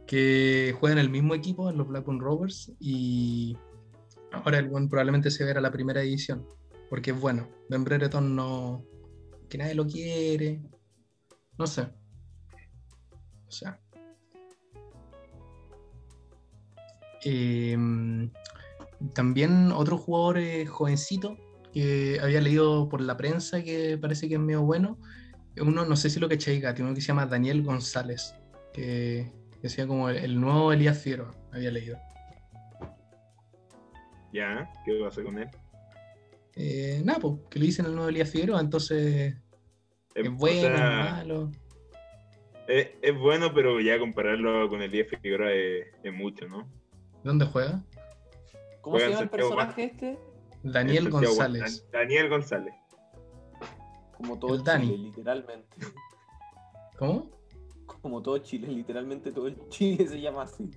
A: que juega en el mismo equipo, en los Blackburn Rovers, y ahora el buen probablemente se verá a la primera división, porque es bueno. Ben Brereton no. que nadie lo quiere. No sé. O sea. Em, también otro jugador eh, jovencito que había leído por la prensa que parece que es medio bueno. Uno, no sé si lo que Gati, uno que se llama Daniel González, que decía como el, el nuevo Elías Fierro, había leído.
C: Ya, ¿qué pasa con él?
A: Eh, nada, pues, que le dicen el nuevo Elías Fierro, entonces
C: Eh,
A: es
C: o
A: bueno,
C: sea,
A: es malo.
C: es, es bueno, pero ya compararlo con el 10 Figueroa es, es mucho, ¿no?
A: ¿Dónde juega?
B: ¿Cómo se
C: juega en
B: llama el
C: Santiago
B: personaje este?
A: Daniel
C: El Santiago-
A: González.
C: Dan- Daniel González.
B: Como todo
A: El Dani.
B: Chile, literalmente.
A: ¿Cómo?
B: Como todo Chile, literalmente todo el Chile se llama así.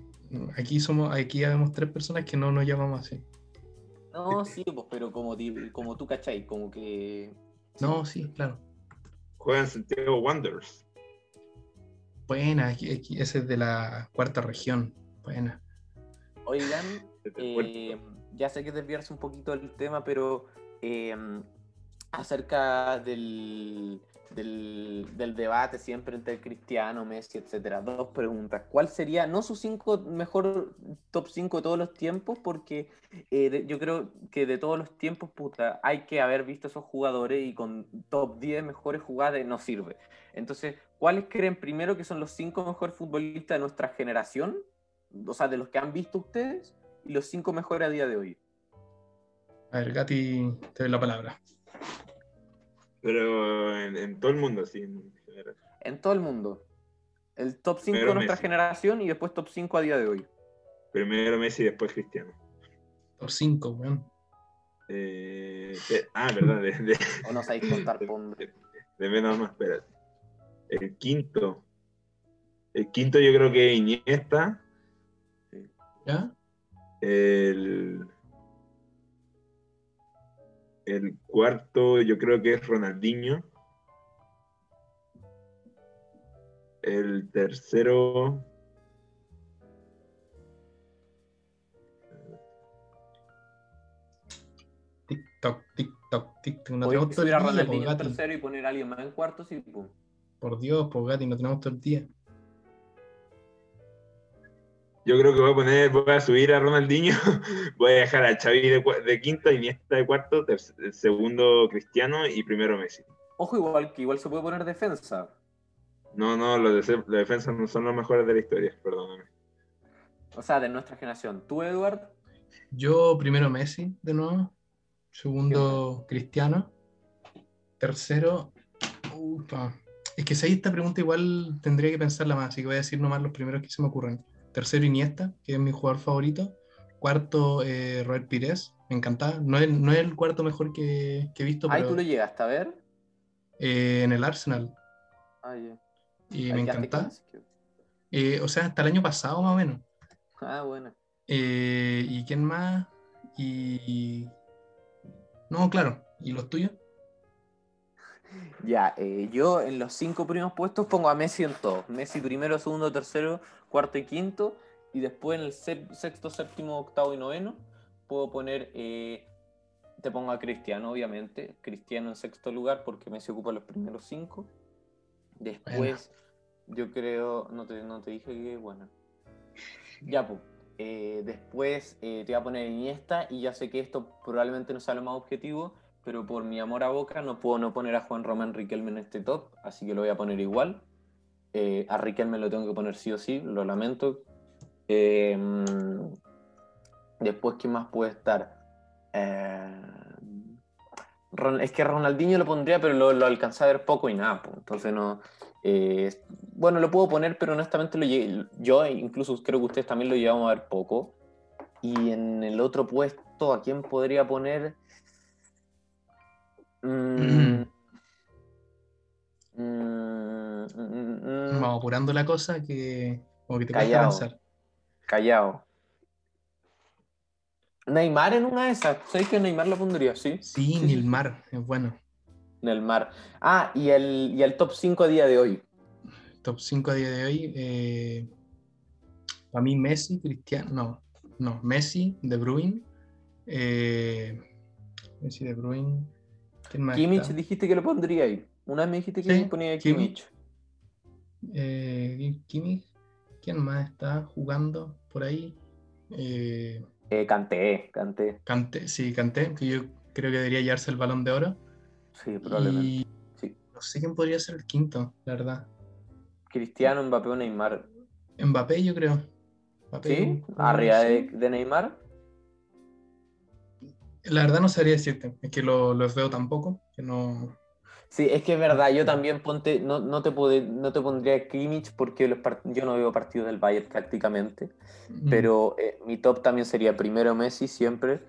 A: Aquí somos, aquí habemos tres personas que no nos llamamos así.
B: No, sí, pues, pero como, ti- como tú cachai, como que.
A: No, sí, claro.
C: Juega en Santiago Wanderers.
A: Buena, aquí- aquí- ese es de la cuarta región. Buena.
B: Oigan,
C: desde el
B: eh,
C: puerto.
B: ya sé que es desviarse un poquito del tema, pero eh, acerca del, del, del debate siempre entre Cristiano, Messi, etcétera. Dos preguntas. ¿Cuál sería, no su cinco mejor top 5 de todos los tiempos? Porque eh, de- yo creo que de todos los tiempos, puta, hay que haber visto esos jugadores y con top 10 mejores jugadas no sirve. Entonces, ¿cuáles creen primero que son los cinco mejores futbolistas de nuestra generación? O sea, de los que han visto ustedes y los cinco mejores a día de hoy.
A: A ver, Gati, te doy la palabra.
C: Pero en, en todo el mundo, sí, en general.
B: En todo el mundo. El top 5 de
C: Primero
B: nuestra
C: Messi.
B: generación y después top 5 a día de hoy.
C: Primero Messi, después Cristiano.
A: Top 5, weón.
C: Eh, de- ah, verdad, de, de,
B: O no sabéis contar, po, hombre.
C: de menos a más, espérate. El quinto. El quinto yo creo que Iniesta.
A: ¿Ya?
C: El, el cuarto yo creo que es Ronaldinho. El tercero...
A: Tic-toc, tic-toc, tic-toc. No tenemos
B: Podéis
A: todo
B: subir a
A: el día, po,
B: Ronaldinho en
A: Gati.
B: tercero y poner a alguien más en cuarto, sí, pum.
A: Por Dios, po, Gati, no tenemos todo el día.
C: Yo creo que voy a poner, voy a subir a Ronaldinho, voy a dejar a Xavi de, cua- de quinto, Iniesta de cuarto, ter- segundo Cristiano y primero Messi.
B: Ojo, igual que igual se puede poner defensa.
C: No, no, los de, los defensas no son los mejores de la historia, perdóname.
B: O sea, de nuestra generación. ¿Tú, Eduard?
A: Yo primero Messi, de nuevo. Segundo Cristiano. Tercero... upa. Es que si hay esta pregunta igual tendría que pensarla más, así que voy a decir nomás los primeros que se me ocurren. Tercero Iniesta, que es mi jugador favorito. Cuarto eh, Robert Pires, me encantaba. No es, no es el cuarto mejor que, que he visto,
B: Ahí
A: pero
B: tú lo llegaste a ver.
A: eh, en el Arsenal.
B: Ah, ya.
A: Y
B: Ahí
A: me
B: quedaste
A: encantaba.
B: con-
A: Eh, o sea, hasta el año pasado más o menos.
B: Ah, bueno.
A: Eh, ¿Y quién más? Y... No, claro. ¿Y los tuyos?
B: Ya, eh, yo en los cinco primeros puestos pongo a Messi en todos. Messi primero, segundo, tercero, cuarto y quinto. Y después en el sep- sexto, séptimo, octavo y noveno puedo poner, eh, te pongo a Cristiano, obviamente. Cristiano en sexto lugar porque Messi ocupa los primeros cinco. Después, yo creo, no te, no te dije que, bueno. Ya, pues. eh, después eh, te voy a poner Iniesta y ya sé que esto probablemente no sea lo más objetivo, pero por mi amor a Boca no puedo no poner a Juan Román Riquelme en este top, así que lo voy a poner igual. Eh, a Riquelme lo tengo que poner sí o sí, lo lamento. Eh, mm, después, ¿quién más puede estar? Eh, Ron- es que Ronaldinho lo pondría, pero lo, lo alcancé a ver poco y nada, pues, entonces no... eh, bueno, lo puedo poner, pero honestamente lo lle- yo, e incluso creo que ustedes también lo llevamos a ver poco. Y en el otro puesto, ¿a quién podría poner? Mm. Mm, mm, mm,
A: Vamos apurando la cosa que como que te cuesta
B: Callao.
A: pensar.
B: Callao. Neymar en una de esas. ¿Sabes que Neymar lo pondría? Sí.
A: Sí, Nilmar, es bueno.
B: Neymar. Ah, y el, y el top 5 a día de hoy.
A: Top 5 a día de hoy. eh, para mí Messi, Cristiano, no, no, Messi, De Bruyne. eh, Messi, De Bruyne. ¿Quién más?
B: Kimmich
A: está?
B: dijiste que lo pondría ahí. Una vez me dijiste que
A: Sí,
B: ponía a
A: Kimmich.
B: Kimmich.
A: Eh, Kimmich. ¿Quién más está jugando por ahí? Eh,
B: Eh, canté, canté.
A: Kanté, sí, Kanté, que yo creo que debería llevarse el balón de oro.
B: Sí, probablemente.
A: Y
B: Sí.
A: no sé quién podría ser el quinto, la verdad.
B: Cristiano, Mbappé o Neymar.
A: Mbappé, yo creo. Mbappé,
B: ¿Sí?
A: yo-
B: Arriba
A: sí.
B: de, de Neymar.
A: La verdad no sabría decirte, es que lo- los veo tampoco, que no...
B: Sí, es que es verdad, yo también ponte, no, no, te, pod- no te pondría a Kimmich porque los part- yo no veo partidos del Bayern prácticamente.
A: Mm,
B: Pero eh, mi top también sería primero Messi siempre.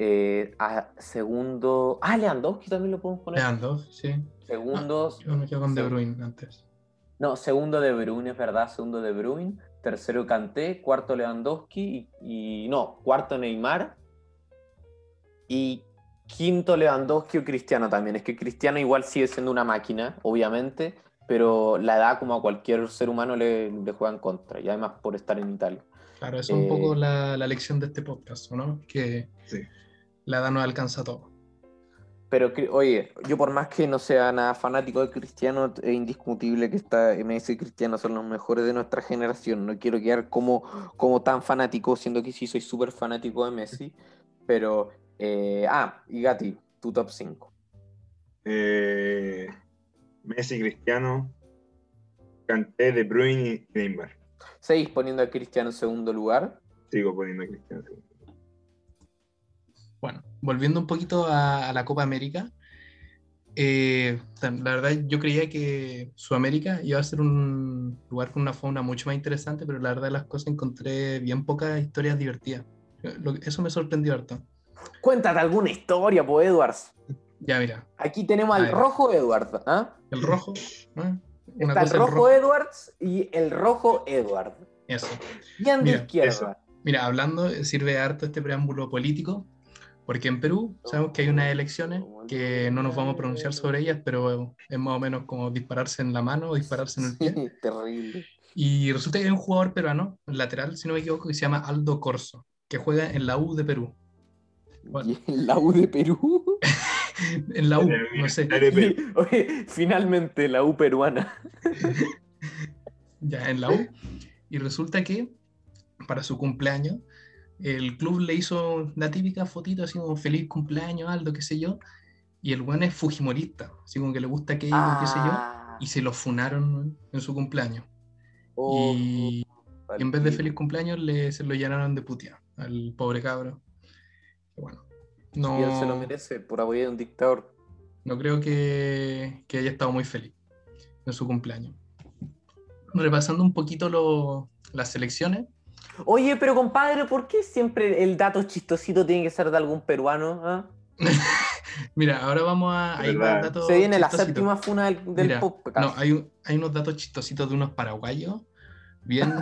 B: eh, a segundo. Ah, Lewandowski también lo podemos poner.
A: Lewandowski, sí.
B: Segundo.
A: Ah, Yo me quedo con De
B: Sí.
A: Bruyne antes.
B: No, segundo de Bruyne, es verdad. Segundo de Bruyne. Tercero Kanté. Cuarto Lewandowski. Y, y- no, cuarto Neymar. Y quinto Lewandowski o Cristiano también. Es que Cristiano igual sigue siendo una máquina, obviamente. Pero la edad, como a cualquier ser humano, le, le juega en contra. Y además por estar en Italia.
A: Claro, eso es un
B: Eh.
A: poco la, la lección de este podcast, ¿o ¿no? Que
C: Sí.
A: la edad no alcanza todo.
B: Pero cri- oye, yo por más que no sea nada fanático de Cristiano, es indiscutible que está Messi y Cristiano son los mejores de nuestra generación. No quiero quedar como, como tan fanático, siendo que sí soy súper fanático de Messi. Pero, eh, ah, y Gati, tu top 5.
C: Eh, Messi, Cristiano, Kanté, De Bruyne y Neymar.
B: ¿Seguís poniendo a Cristiano en segundo lugar?
C: Sigo poniendo a Cristiano. segundo.
A: Bueno, volviendo un poquito a, a la Copa América, eh, la verdad yo creía que Sudamérica iba a ser un lugar con una fauna mucho más interesante, pero la verdad de las cosas encontré bien pocas historias divertidas. Lo- eso me sorprendió harto.
B: Cuéntate alguna historia, po, Edwards.
A: Ya, mira,
B: Aquí tenemos
A: A
B: al
A: ver.
B: rojo Edwards. ¿ah?
A: el rojo, ¿no? Una
B: Está el
A: cosa el
B: rojo, eh.
A: rojo.
B: Edwards y el rojo Edwards.
A: Eso.
B: Bien de
A: Mira,
B: izquierda.
C: eso.
A: Mira, hablando, eh, sirve harto este preámbulo político, porque en Perú sabemos que hay unas elecciones que no nos vamos a pronunciar sobre ellas, pero es más o menos como dispararse en la mano o dispararse en el pie.
B: Sí, terrible.
A: Y resulta que hay un jugador peruano, lateral, si no me equivoco, que se llama Aldo Corso, que juega en la U de Perú. Bueno.
B: Y en la U de Perú.
A: En la U, no sé.
C: Dale, Perú.
B: Oye, finalmente la U peruana.
A: ya en la U. Y resulta que para su cumpleaños, el club le hizo la típica fotito así como feliz cumpleaños, Aldo, qué sé yo. Y el weón es fujimorista, así como que le gusta aquello,
B: Ah.
A: qué sé yo. Y se lo funaron weón, en su cumpleaños.
B: Oh,
A: Y Y en vez de feliz cumpleaños, le, se lo llenaron de putia al pobre cabro. Que Bueno,
B: Y él se lo
A: no,
B: merece por apoyar a un dictador.
A: no creo que, que haya estado muy feliz en su cumpleaños. Repasando un poquito lo- las selecciones,
B: Oye, pero compadre, ¿por qué siempre el dato chistosito tiene que ser de algún peruano? ah?
A: mira, ahora vamos a. Ahí va el
C: ¿Verdad?
A: dato
B: Se viene la
A: chistosito.
B: séptima funa del, Ah. del
A: Mira,
B: podcast.
A: No, hay, un- hay unos datos chistositos de unos paraguayos. Bien.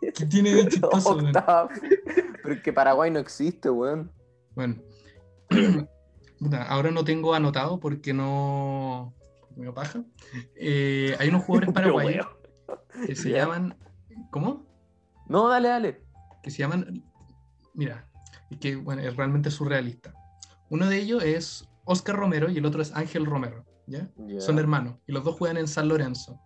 A: ¿Qué tiene de chistoso? weón?
B: Octava. Pero es que Paraguay no existe, weón.
A: Bueno, puta, ahora no tengo anotado porque no. Me dio paja. Eh, hay unos jugadores
B: Pero,
A: paraguayos
B: weón.
A: que se
B: Ya.
A: llaman. ¿Cómo?
B: No, dale, dale.
A: Que se llaman. Mira, es que bueno, es realmente surrealista. Uno de ellos es Oscar Romero y el otro es Ángel Romero. ¿Ya? Son hermanos y los dos juegan en San Lorenzo.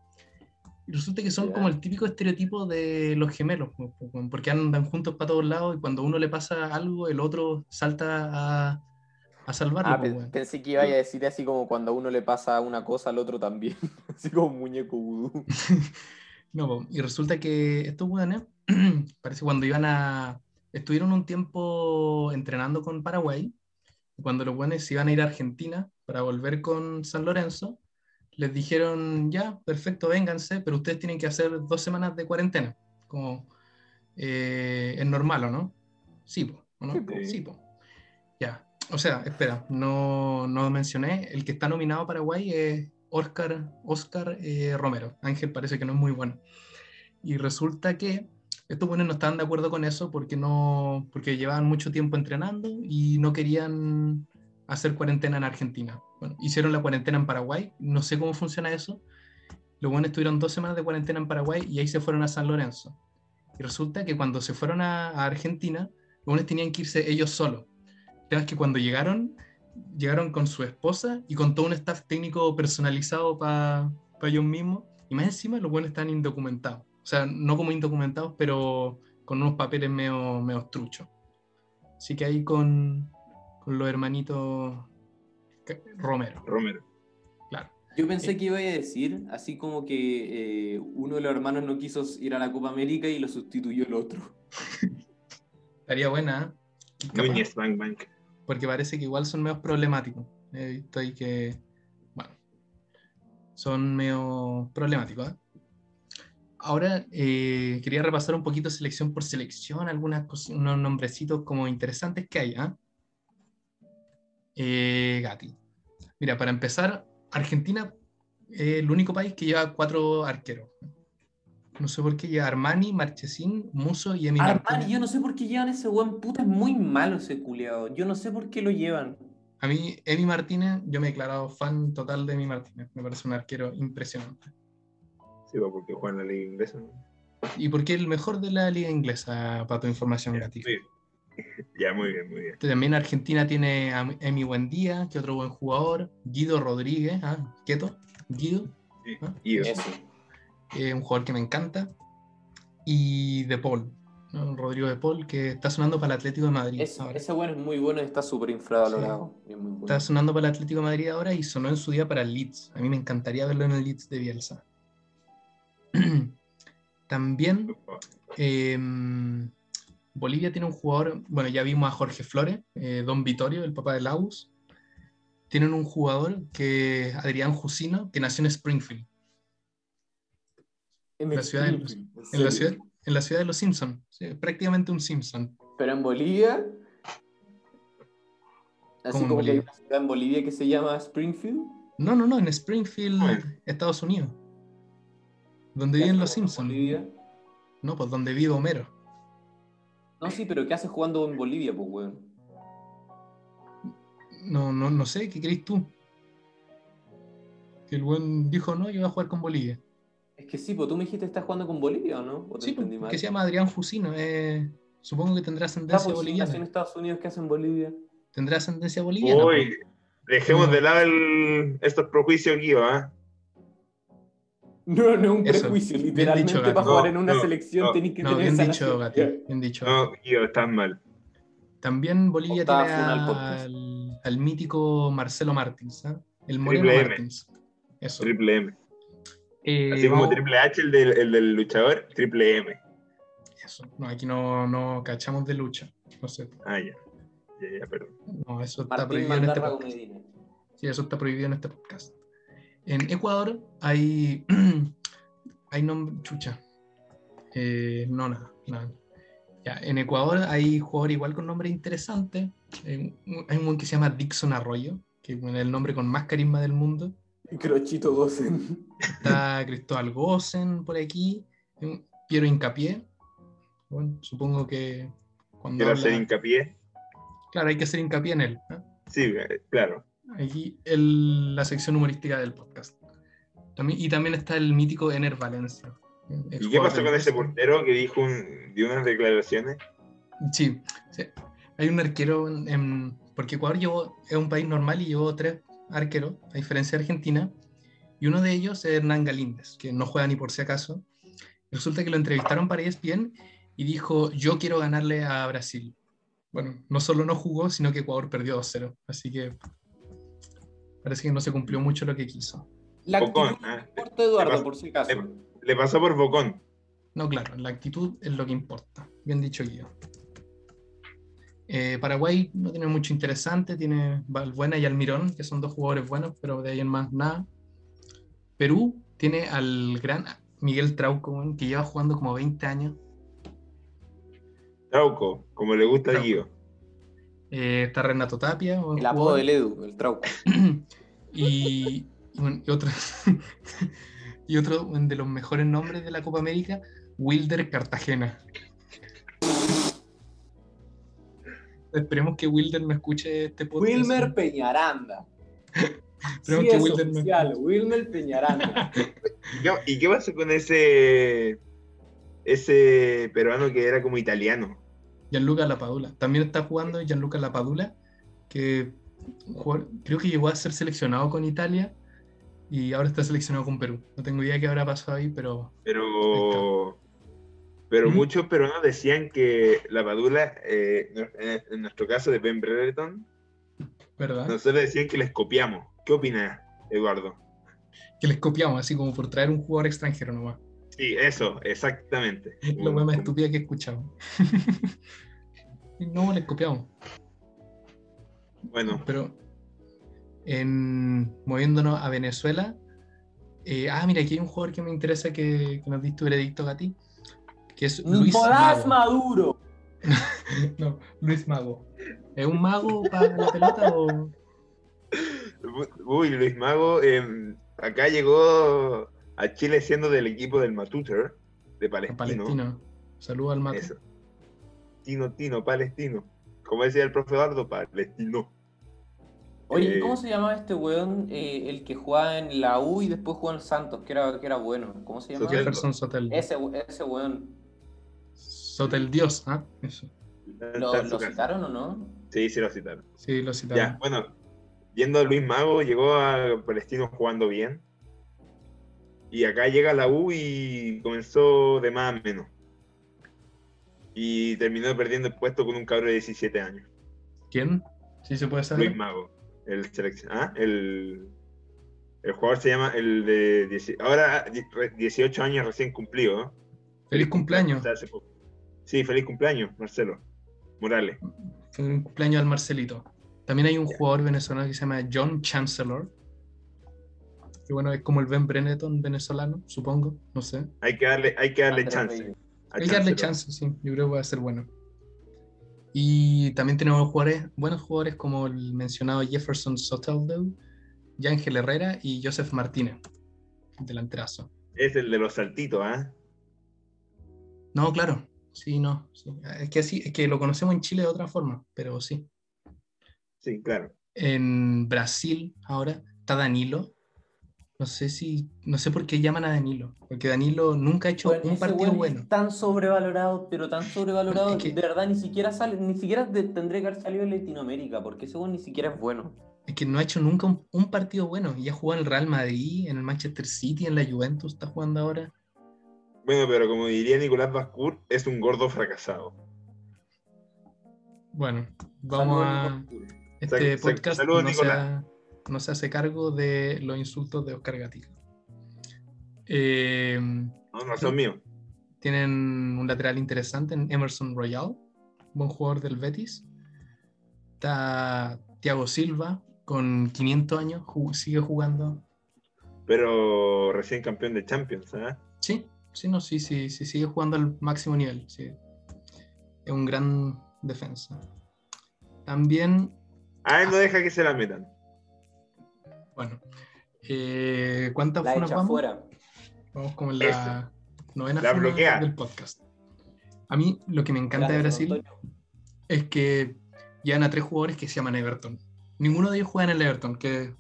A: Y resulta que son
B: Ya.
A: como el típico estereotipo de los gemelos, po- po- porque andan juntos para todos lados y cuando uno le pasa algo, el otro salta a, a salvarlo.
B: Ah,
A: po,
B: pe-
A: weón.
B: pensé que iba a decir así como cuando a uno le pasa una cosa al otro también. Así como un muñeco vudú.
A: No, po, y resulta que estos weones, parece cuando iban a. Estuvieron un tiempo entrenando con Paraguay, y cuando los weones se iban a ir a Argentina para volver con San Lorenzo, les dijeron: Ya, perfecto, vénganse, pero ustedes tienen que hacer dos semanas de cuarentena. Como eh, es normal, ¿o no? Sí, po, ¿o no?
B: Sí, po.
A: Sí, po. Ya. O sea, espera, no, no mencioné. El que está nominado a Paraguay es Oscar, Oscar eh, Romero. Ángel parece que no es muy bueno. Y resulta que estos buenos no estaban de acuerdo con eso porque, no, porque llevaban mucho tiempo entrenando y no querían hacer cuarentena en Argentina. Bueno, hicieron la cuarentena en Paraguay, no sé cómo funciona eso. Los buenos estuvieron dos semanas de cuarentena en Paraguay y ahí se fueron a San Lorenzo. Y resulta que cuando se fueron a, a Argentina, los buenos tenían que irse ellos solos. El tema es que cuando llegaron, llegaron con su esposa y con todo un staff técnico personalizado para ellos mismos. Y más encima, los buenos están indocumentados. O sea, no como indocumentados, pero con unos papeles medio, medio truchos. Así que ahí con, con los hermanitos que- Romero,
C: Romero.
A: claro.
B: Yo pensé que iba a decir así como que eh, uno de los hermanos no quiso ir a la Copa América y lo sustituyó el otro.
A: Estaría buena, ¿eh? Capaz,
C: Núñez Bank Bank.
A: porque parece que igual son medios problemáticos. He visto ahí que, bueno, son medio problemáticos. ¿eh? Ahora eh, quería repasar un poquito selección por selección, algunas cosi- unos nombrecitos como interesantes que hay. ¿ah? Eh, Gati. Mira, para empezar, Argentina es el único país que lleva cuatro arqueros. No sé por qué lleva Armani, Marchesín, Muso y Emi
B: Armani,
A: Martínez.
B: Ah, yo no sé por qué llevan ese weón puta, es muy malo ese culeado. Yo no sé por qué lo llevan.
A: A mí, Emi Martínez, yo me he declarado fan total de Emi Martínez. Me parece un arquero impresionante.
C: Sí, pues, porque juega en la liga inglesa. ¿no?
A: Y porque el mejor de la liga inglesa, para tu información, Gati.
C: Sí. Ya, muy bien, muy bien.
A: También Argentina tiene a Emi Buendía, que otro buen jugador. Guido Rodríguez, ah, Quieto, Guido,
C: Y
B: Eso.
A: eh, un jugador que me encanta. Y De Paul, ¿no? Rodrigo De Paul, que está sonando para el Atlético de Madrid.
B: Es-
A: ahora.
B: ese weón es muy bueno y está súper infravalorado. Es muy bueno.
A: Está sonando para el Atlético de Madrid ahora y sonó en su día para el Leeds. A mí me encantaría verlo en el Leeds de Bielsa. También Em, Bolivia tiene un jugador, bueno, ya vimos a Jorge Flores, eh, Don Vitorio, el papá de Laus. Tienen un jugador que, Adrián Jusino, que nació en Springfield,
B: En
A: la ciudad de los-
B: Springfield, en
A: en la
B: serio.
A: ciudad, en la ciudad de los Simpsons, prácticamente un Simpson.
B: Pero en Bolivia. Así
A: ¿Cómo en
B: como que hay
A: Bolivia?
B: una ciudad en Bolivia que se llama Springfield.
A: No, no, no, en Springfield,
C: Ah.
A: Estados Unidos, donde
B: ¿Qué
A: viven los
B: hace jugando en
A: Simpsons.
B: Bolivia?
A: No, pues donde vive Homero.
B: No, sí, pero ¿qué hace jugando en Bolivia, pues, weón?
A: No, no, no sé, ¿qué crees tú? Que el buen dijo, no, yo voy a jugar con Bolivia.
B: Es que sí, pues tú me dijiste estás jugando con Bolivia o no? ¿O te
A: Sí, pues,
B: entendí mal?
A: que se llama Adrián Jusino. eh, supongo que tendrá
B: Ah, pues,
A: ascendencia
B: sí, nació en
A: boliviana.
B: Estados Unidos, ¿qué hace en Bolivia?
A: Tendrá ascendencia boliviana.
C: Uy, dejemos
A: No.
C: de lado el- estos prejuicios, Guido, ¿ah?
B: No, no es un
A: Eso,
B: prejuicio.
A: bien
B: Literalmente,
A: dicho,
B: para
A: Gato.
B: jugar en una
C: No,
B: selección
C: no,
B: tenés que
A: No,
B: tener
A: bien
B: esa
A: dicho, Gati,
B: nacionalidad.
A: bien dicho.
C: No, Guido, estás mal.
A: También Bolivia
B: Octava
A: tiene
B: final podcast.
A: al, al mítico Marcelo Martins, ¿ah? ¿eh? el Moreno
C: Triple M.
A: Martins. Eso.
C: Triple M.
A: Eh,
C: Así como
A: vamos-
C: Triple H, el del, el del luchador, Triple M.
A: eso. No, aquí no, no cachamos de lucha. No sé.
C: Ah, ya. Ya, ya, perdón.
A: No, eso está
B: Martín
A: prohibido en este
B: Mandarra
A: podcast.
B: Comedina.
A: Sí, eso está prohibido en este podcast. En Ecuador hay. hay nombre. Chucha. Eh, no, nada, nada. Ya, en Ecuador hay jugadores igual con nombre interesante. Eh, un- hay un buen que se llama Dixon Arroyo, que es el nombre con más carisma del mundo.
B: Crochito Gosen.
A: Está Cristóbal Gosen por aquí. eh, Piero Incapié. Bueno, supongo que. Cuando
C: Quiero
A: habla-
C: hacer hincapié.
A: Claro, hay que hacer hincapié en él. ¿eh?
C: Sí, eh, claro.
A: Aquí el- la sección humorística del podcast. También, y también está el mítico Ener Valencia. eh,
C: ¿Y qué pasó con ese
A: portero?
C: portero que dijo un- dio unas declaraciones?
A: Sí, sí. hay un arquero, en- en- porque Ecuador llevó- es un país normal y llevó tres arqueros, a diferencia de Argentina, y uno de ellos es Hernán Galíndez, que no juega ni por si acaso. Resulta que lo entrevistaron para E ESPN y dijo, yo quiero ganarle a Brasil. Bueno, no solo no jugó, sino que Ecuador perdió 2-0, así que parece que no se cumplió mucho lo que quiso.
B: La
C: Bocón,
B: actitud
C: ah.
B: no importa, Eduardo,
C: pasa-
B: por si acaso.
C: le- Le pasó por Bocón.
A: No, claro, la actitud es lo que importa. Bien dicho, Guido. Eh, Paraguay no tiene mucho interesante, tiene Valbuena y Almirón, que son dos jugadores buenos, pero de ahí en más nada. Perú tiene al gran Miguel Trauco, weón, que lleva jugando como 20 años.
C: Trauco, como le gusta a
A: Trauco.
C: Guido.
A: Eh, está Renato Tapia. buen
B: El apodo
A: jugador.
B: del Edu, el trauco.
A: y, y bueno, y otro, y otro bueno, de los mejores nombres de la Copa América, Wilder Cartagena. Esperemos que Wilder no escuche este podcast.
B: Wilmer Peñaranda. Sí,
A: Creo que
B: es
A: Wilmer no-
B: oficial, Wilmer Peñaranda.
C: ¿Y qué, y qué pasó con ese ese peruano que era como italiano?
A: Gianluca Lapadula. También está jugando Gianluca Lapadula, que un jugador- creo que llegó a ser seleccionado con Italia y ahora está seleccionado con Perú. No tengo idea qué habrá pasado ahí, pero
C: Pero pero
A: ¿Mm?
C: muchos peruanos decían que la padula, eh, en, en nuestro caso de Ben Brereton,
A: ¿verdad?
C: nosotros decían que les copiamos. ¿Qué opinas, Eduardo?
A: Que les copiamos, así como por traer un jugador extranjero nomás.
C: Sí, eso, exactamente.
A: La hueá más estúpida que he escuchado. no, les copiamos.
C: Bueno,
A: Pero en, moviéndonos a Venezuela. eh, ah, mira, aquí hay un jugador que me interesa que, que nos diste veredicto, Gati. Que es
B: Mm,
A: Luis
B: Nicolás
A: Mago.
B: Maduro.
A: No, Luis Mago. ¿Es un mago para la pelota o.?
C: uy, Luis Mago, eh, acá llegó a Chile siendo del equipo del Matuter, de
A: o
C: Palestino.
A: palestino. Saludos al mate.
C: Eso. Tino, Tino, Palestino. Como decía el profe Eduardo, Palestino.
B: Oye,
C: Eh,
B: ¿cómo se llamaba este weón? eh, el que jugaba en la U y después jugó en el Santos, que era, que era bueno. ¿Cómo se llamaba?
C: Soteldo.
A: Jefferson Sotel.
B: Ese, we- ese weón.
A: Sotel Dios, ¿ah? Eso.
B: ¿Lo,
C: Está en su
B: lo
C: casa.
B: citaron o no?
C: Sí, sí lo citaron.
A: Sí, lo
C: Ya,
A: citaron.
C: bueno, yendo a Luis Mago, llegó a Palestino jugando bien. Y acá llega la U y comenzó de más a menos. Y terminó perdiendo el puesto con un cabro de 17 años.
A: ¿Quién? Sí, se puede saber.
C: Luis Mago. El selección. Ah, el. El jugador se llama el de. 10 Ahora 18 años recién cumplido, ¿no?
A: Feliz cumpleaños.
C: O sea, hace poco. Sí, feliz cumpleaños, Marcelo Morales.
A: Fue un cumpleaños al Marcelito. También hay un jugador venezolano que se llama John Chancellor. Que bueno, es como el Ben Breneton venezolano, supongo, no sé.
C: Hay que darle, hay que darle
B: Andrés
C: chance.
B: Bello.
C: a
A: Hay que darle
C: Ah, Chancellor.
A: chance, sí. Yo creo que va a ser bueno. Y también tenemos jugadores, buenos jugadores como el mencionado Jefferson Soteldo, Yángel Herrera y Joseph Martínez, el delanterazo.
C: Es el de los saltitos, ¿ah?
A: No, claro, sí, no. sí. Es que así, es que lo conocemos en Chile de otra forma, pero sí.
C: Sí, claro.
A: en Brasil ahora está Danilo. No sé si, no sé por qué llaman a Danilo, porque Danilo nunca ha hecho
B: Weón,
A: un
B: ese
A: partido
B: weón
A: bueno.
B: es tan sobrevalorado, pero tan sobrevalorado,
A: Es que-
B: de verdad ni siquiera sale, ni siquiera de- tendría que haber salido de Latinoamérica, porque ese weón ni siquiera es bueno.
A: Es que no ha hecho nunca un, un partido bueno. Y ha jugado en el Real Madrid, en el Manchester City, en la Juventus, está jugando ahora.
C: Bueno, pero como diría Nicolás Bascour, es un gordo fracasado.
A: Bueno, vamos a este
C: Sal- sal-
A: podcast
C: saludos,
A: no, se
C: Nicolás.
A: ha- no se hace cargo de los insultos de Oscar Gatica. Eh,
C: No, no son míos.
A: tienen un lateral interesante en Emerson Royal, buen jugador del Betis. Está Thiago Silva, con 500 años, ju- sigue jugando.
C: Pero recién campeón de Champions, ¿ah?
A: Sí, sí, no, sí, sí, sí, sigue jugando al máximo nivel. sí. Es un gran defensa. También
C: A Ah,
A: Ah.
C: él no deja que se la metan.
A: Bueno, eh, ¿cuántas
B: La
A: funas
B: echa
A: vamos?
B: fuera.
A: Vamos como en la novena
C: La
A: funa
C: bloquea.
A: del podcast. A mí lo que me encanta de
B: Gracias,
A: Brasil
B: Antonio.
A: es que llegan a tres jugadores que se llaman Everton. Ninguno de ellos juega en el Everton, que es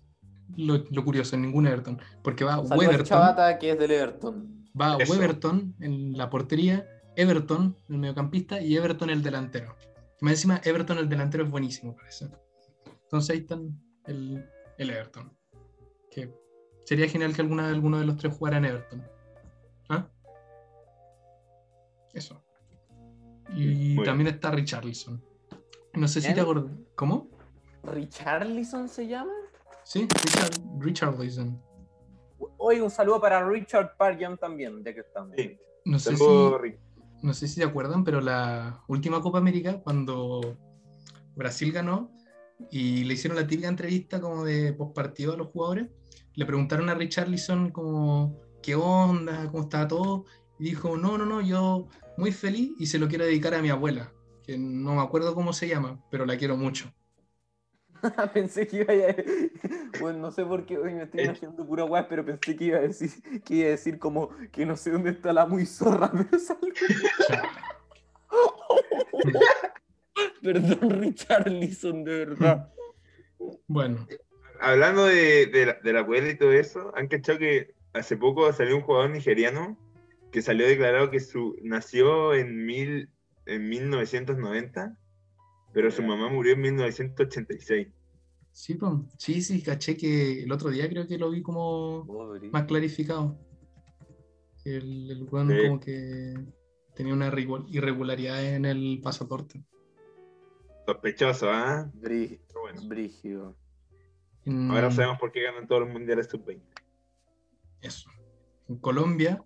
A: lo, lo curioso, en ningún Everton. Porque va
B: Salvo el
A: Weberton,
B: Chavata, que es del Everton.
A: va
C: Eso.
A: Weberton en la portería, Everton el mediocampista y Everton el delantero. Y más encima, Everton el delantero es buenísimo, parece. Entonces ahí están el, el Everton. Que sería genial que alguna, alguno de los tres jugara en Everton. ¿Ah? Eso. Y
C: Muy bien.
A: también está Richarlison. No sé si
B: Bien.
A: te acordás. ¿Cómo?
B: ¿Richarlison se llama?
A: Sí, Richard, Richarlison.
B: Hoy un saludo para Richard Parham también, ya que estamos.
C: Sí.
A: No sé, si,
C: Tampoco Rick.
A: no sé si te acuerdan, pero la última Copa América, cuando Brasil ganó y le hicieron la típica entrevista como de postpartido a los jugadores, le preguntaron a Richarlison como, ¿qué onda? ¿Cómo está todo? Y dijo, no, no, no, yo muy feliz y se lo quiero dedicar a mi abuela, que no me acuerdo cómo se llama, pero la quiero mucho.
B: pensé que iba a Bueno, no sé por qué hoy me estoy
C: Eh.
B: imaginando pura guay, pero pensé que iba a decir, que iba a decir como que no sé dónde está la muy zorra, pero salió.
A: O sea,
B: Perdón, Richarlison, de verdad.
A: bueno,
C: Hablando de, de, la- de la abuela y todo eso, han cachado que hace poco salió un jugador nigeriano que salió declarado que su nació en, mil, en 1990, pero su mamá murió en 1986.
A: sí, pues, sí, sí, caché que el otro día creo que lo vi como...
B: Pobre.
A: más clarificado. El, el weón
C: Sí.
A: como que tenía una irregu- irregularidad en el pasaporte.
C: Sospechoso, ¿ah?
B: Brí-
C: Pero bueno,
B: Brígido.
A: En-
C: ahora sabemos por qué ganan todos los mundiales sub-20.
A: eso. En Colombia,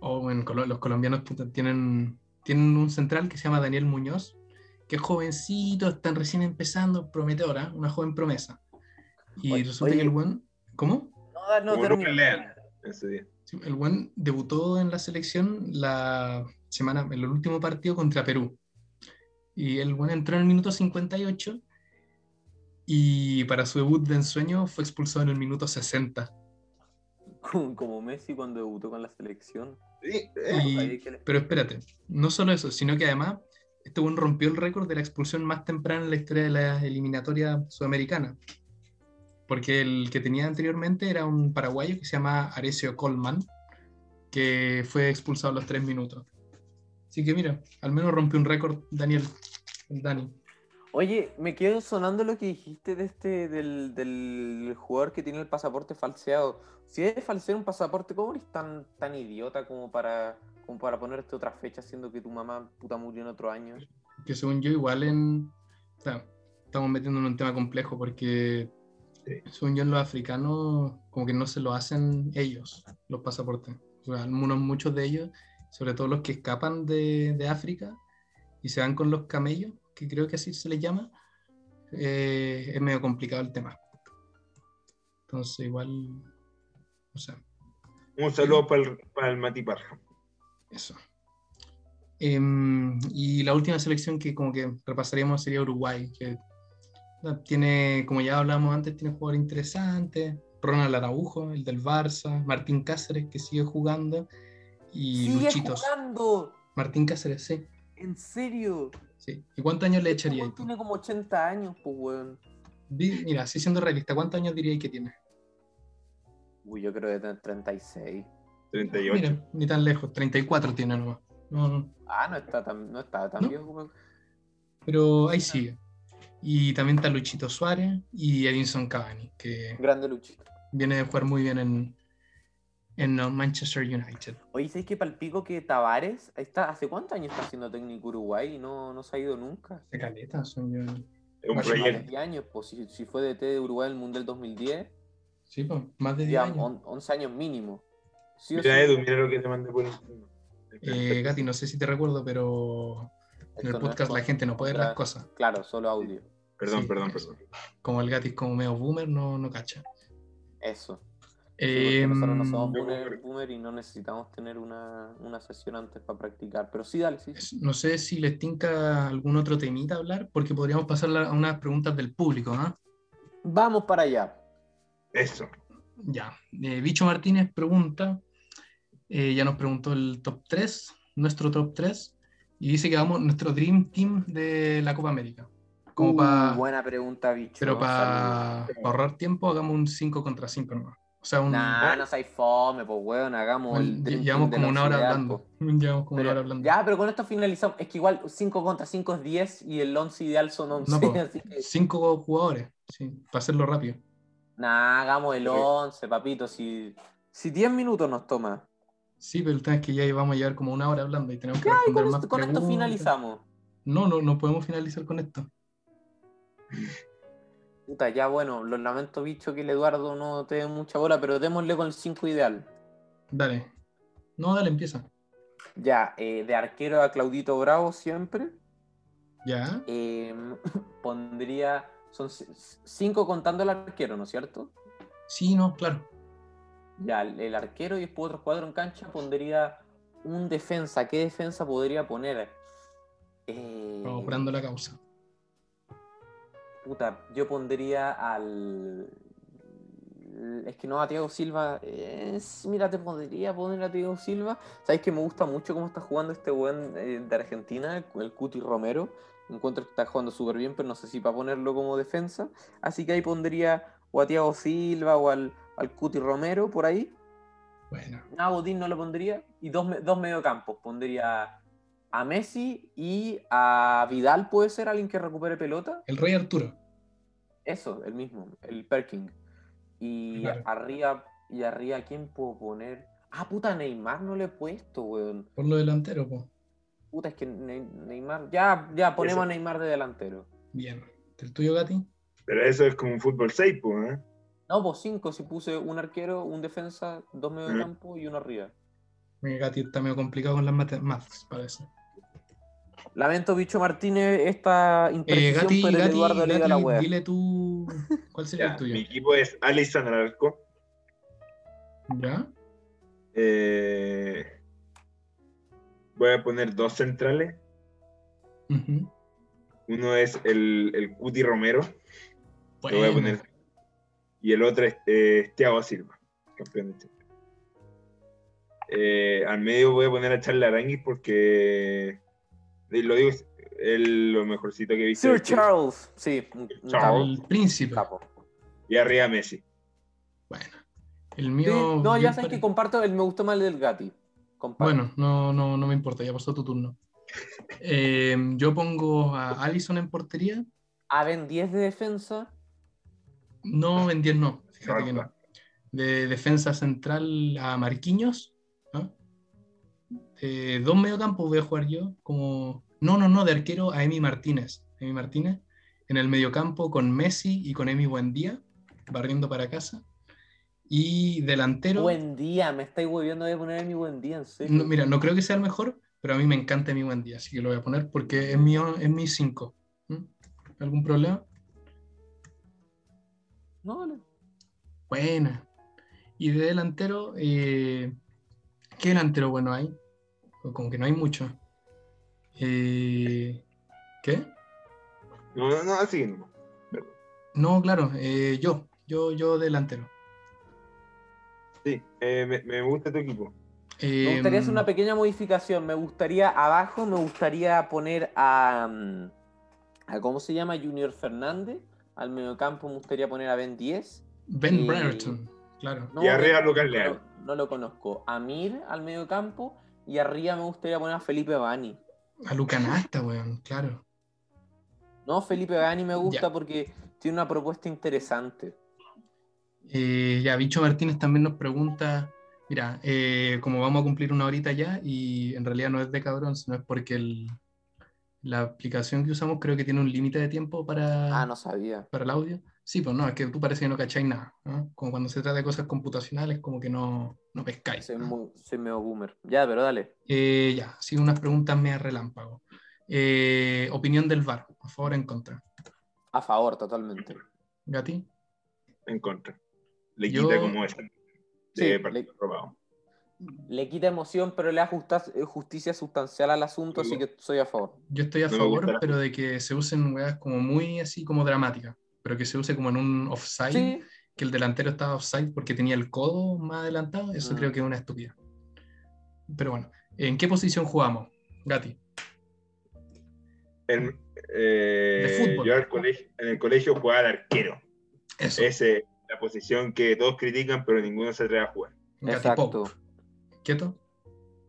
A: o en Colo- los colombianos puta, tienen, tienen un central que se llama Daniel Muñoz, que es jovencito, están recién empezando, prometedora, una joven promesa. Y
B: Oye,
A: resulta que
B: oye.
A: el weón, ¿cómo?
B: No, no
C: Como Rupert
B: termina.
C: Leal. En su día.
A: Sí, El buen debutó en la selección la semana, en el último partido contra Perú. Y el buen entró en el minuto 58 y para su debut de ensueño fue expulsado en el minuto 60.
B: Como, como Messi cuando debutó con la selección.
C: Sí, eh,
A: Y-
B: Ahí que le-
A: pero espérate, no solo eso, sino que además este buen rompió el récord de la expulsión más temprana en la historia de la eliminatoria sudamericana. Porque el que tenía anteriormente era un paraguayo que se llama Arecio Coleman, que fue expulsado a los tres minutos. Así que mira, al menos rompió un récord Daniel. el Dani.
B: Oye, me quedo sonando lo que dijiste de este, del, del jugador que tiene el pasaporte falseado. Si es falsear un pasaporte, ¿cómo eres tan, tan idiota como para, como para ponerte otra fecha siendo que tu mamá puta murió en otro año?
A: Que según yo, igual en. o sea, estamos metiendo en un tema complejo porque.
C: Sí.
A: Según yo, en los africanos, como que no se lo hacen ellos, los pasaportes. O sea, algunos, muchos de ellos, sobre todo los que escapan de, de África y se van con los camellos, que creo que así se les llama, eh, es medio complicado el tema. Entonces, igual. O sea,
C: un saludo para el, Mati Parham.
A: Eso. Em, y la última selección que como que repasaríamos sería Uruguay, que la- tiene, como ya hablábamos antes, tiene jugadores interesantes, Ronald Araujo, el del Barça, Martín Cáceres, que sigue jugando, y
B: ¡Sigue
A: Luchitos.
B: jugando!
A: Martín Cáceres, sí,
B: ¡En serio!
A: sí. ¿Y cuántos años le
B: Este
A: echaría?
B: weón tiene como 80 años, pues, weón.
A: Di- Mira, así siendo realista, ¿cuántos años diríais que tiene?
B: Uy, yo creo que tiene 36.
C: 38.
A: Mira, ni tan lejos, 34 tiene nomás. No, no.
B: Ah, no está tan, no está tan
A: ¿No?
B: viejo, weón.
A: Pero ahí sigue. Y también está Luchito Suárez y Edinson Cavani, que
B: Grande luchito.
A: viene de jugar muy bien en, en uh, Manchester United.
B: Oye, ¿sabes qué palpico que Tavares está, hace cuántos años está siendo técnico Uruguay y no, no se ha ido nunca?
A: De caleta, son yo-
C: Es un
A: Hace
C: proyecto.
A: Bien.
B: 10 años, pues si, si fue DT de Uruguay en el Mundial 2010,
A: Sí, pues, más de 10
B: ya
A: años.
B: on- 11 años mínimo. Sí o sí.
C: Mira, Edu, mira lo que te mandé por interno.
A: Eh, Gati, no sé si te recuerdo, pero en el
B: Esto no es
A: podcast la
B: con-
A: gente no puede ver las
B: contra-
A: cosas.
B: Claro, solo audio.
C: Perdón,
A: sí,
C: perdón,
A: eso.
C: perdón.
A: Como el Gati es como medio boomer, no, no cacha.
B: Eso. Sí, porque
A: Eh,
B: nosotros no somos
C: yo
B: boomer,
C: creo-
B: boomer y no necesitamos tener una, una sesión antes para practicar. Pero sí, dale, sí. sí.
A: no sé si les tinca algún otro temita hablar, porque podríamos pasar la- a unas preguntas del público, ¿ah?
B: Vamos para allá.
C: Eso.
A: Ya. Eh, Bicho Martínez pregunta, eh, ya nos preguntó el top 3, nuestro top 3, y dice que vamos nuestro Dream Team de la Copa América. Como
B: Uh,
A: pa-
B: Buena pregunta, bicho.
A: pero para
B: Saludos.
A: ahorrar tiempo, hagamos un 5 contra 5 nomás. O sea, un,
B: Nah, no seas fome, pues, weón. Hagamos
A: un-
B: el. Dream
A: llevamos
B: Team
A: como
B: de la
A: una hora
B: auxiliar,
A: hablando.
B: po.
A: Llevamos como
B: Pero-
A: una hora hablando.
B: Ya, pero con esto finalizamos. Es que igual 5 contra 5 es 10 y el 11 ideal son 11.
A: No, po.
B: así que,
A: Cinco jugadores, sí, para hacerlo rápido.
B: nah, hagamos el
C: Sí.
B: 11, papito. Si, si 10 minutos nos toma.
A: Sí, pero el tema es que ya vamos a llevar como una hora hablando y tenemos que
B: Ay,
A: responder
B: con,
A: más
B: esto, con esto
A: preguntas.
B: finalizamos.
A: No, no, no podemos finalizar con esto.
B: Puta, ya bueno, los lamento, bicho, que el Eduardo no te dé mucha bola, pero démosle con el 5 ideal.
A: Dale. No, dale, empieza.
B: Ya, eh, de arquero a Claudito Bravo siempre.
A: Ya,
B: Eh, pondría. Son 5 contando el arquero, ¿no es cierto?
A: sí, no, claro.
B: Ya, el, el arquero y después otros cuatro en cancha pondría un defensa. ¿Qué defensa podría poner? Eh,
A: Vamos operando la causa.
B: puta, yo pondría al. Es que no, a Thiago Silva. es- mira, te podría poner a Thiago Silva. Sabes que me gusta mucho cómo está jugando este buen eh, de Argentina, el, el Cuti Romero. Encuentro que está jugando súper bien, pero no sé si para ponerlo como defensa. Así que ahí pondría o a Thiago Silva o al, al Cuti Romero por ahí.
A: Bueno,
B: Ah, Godín no lo pondría. Y dos, me- dos mediocampos. Pondría a Messi y a Vidal, puede ser alguien que recupere pelota.
A: el rey Arturo.
B: Eso, el mismo, el Perking. Y
A: Claro.
B: arriba, y arriba, ¿quién puedo poner? Ah, puta, Neymar no le he puesto, weón.
A: Por lo delantero, po.
B: Puta, es que Ne- Neymar. Ya, ya, ponemos a Neymar de delantero.
A: Bien. ¿El tuyo, Gati?
C: Pero eso es como un fútbol 6, pues, ¿eh?
B: No, pues cinco, si puse un arquero, un defensa, dos
A: Mm.
B: mediocampos y uno arriba.
A: Porque Gati está medio complicado con las mate- maths, parece.
B: Lamento, bicho Martínez, esta
A: Eh,
B: imprecisión,
A: Gati,
B: pero el
A: Gati,
B: Eduardo le dio la
A: Gati,
B: wea.
A: dile tú cuál sería
C: Ya,
A: el tuyo.
C: mi equipo es Alisson Alarco.
A: ¿Ya?
C: Eh, voy a poner dos centrales.
A: Ujú.
C: Uno es el, el Cuti Romero Te voy a
A: Bueno.
C: poner. y el otro es eh, Thiago Silva, campeón de Chile. Eh, al medio voy a poner a Charles Aranguis porque y lo digo, es el- lo mejorcito que he visto.
B: Sir Charles, sí, un, un capo,
A: El príncipe.
B: un capo.
C: Y arriba Messi.
A: Bueno. El
B: Sí,
A: mío.
B: no, ya
A: bien
B: sabes que
A: pare-
B: comparto, el me gustó más el del Gatti. Comparto.
A: Bueno, no, no, no me importa, ya pasó tu turno. Eh, yo pongo a Allison en portería.
B: A Ben 10 Ah, de defensa,
A: No, en 10 no. Fíjate
C: Claro,
A: que no. De defensa central a Marquinhos. ¿no? Eh, dos mediocampos voy a jugar yo. Como... No, no, no, de arquero a Emi Martínez. Emi Martínez. En el mediocampo con Messi y con Emi Buendía, barriendo para casa. Y delantero.
B: buen día, me estáis volviendo a poner mi buen día, en serio.
A: No, mira, no creo que sea el mejor, pero a mí me encanta mi buen día, así que lo voy a poner porque es mi, es mi 5. ¿Algún problema?
B: No, vale.
A: Buena. Y de delantero, eh, ¿qué delantero bueno hay? Como que no hay mucho. Eh, ¿Qué?
C: No, no, no, así no.
A: No, claro, eh, yo, yo, yo delantero.
C: Sí, eh, me, me gusta tu equipo.
B: Me
A: Eh,
B: gustaría hacer una pequeña modificación. Me gustaría abajo, me gustaría poner a, mm, a ¿cómo se llama? Junior Fernández. Al mediocampo me gustaría poner a Ben 10.
A: Ben
B: y-
A: Brereton, claro.
B: No,
C: y arriba
B: Ben-
C: Lucas
B: No,
C: Leal.
B: no lo conozco. Amir al medio campo y arriba me gustaría poner a Felipe Bani.
A: A Lucanasta, weón, claro.
B: No, Felipe Bani me gusta
A: Ya.
B: porque tiene una propuesta interesante.
A: Eh, ya, Bicho Martínez también nos pregunta, mira, eh, como vamos a cumplir una horita ya, y en realidad no es de cabrón, sino es porque el- la aplicación que usamos creo que tiene un límite de tiempo para,
B: Ah, no sabía.
A: para el audio, Sí, pues no, es que tú parece que no cacháis nada. ¿no? Como cuando se trata de cosas computacionales, como que no, no pescáis.
B: Soy,
A: ¿no?
B: muy- soy medio boomer. Ya, pero dale.
A: Eh, ya, sí, unas preguntas media relámpago. Eh, opinión del VAR, a favor o en contra.
B: A favor, totalmente.
A: Gati,
C: en contra. Le
A: Yo-
C: quita como esa.
B: Sí,
C: De partido robado.
B: Le quita emoción, pero le da justa- justicia sustancial al asunto, así que soy a favor.
A: yo estoy a
C: No me gusta
A: favor,
C: la-
A: pero de que se usen weas como muy así como dramáticas, pero que se use como en un offside,
B: Sí,
A: que el delantero estaba offside porque tenía el codo más adelantado, eso
B: Ah.
A: creo que es una estupidez. Pero bueno, ¿en qué posición jugamos? Gati,
C: En, eh,
A: De fútbol.
C: yo al colegio, en el colegio jugaba al arquero.
A: eso,
C: Esa es la posición que todos critican, pero ninguno se atreve a jugar.
A: Gati
B: exacto.
A: Pop. ¿Quieto?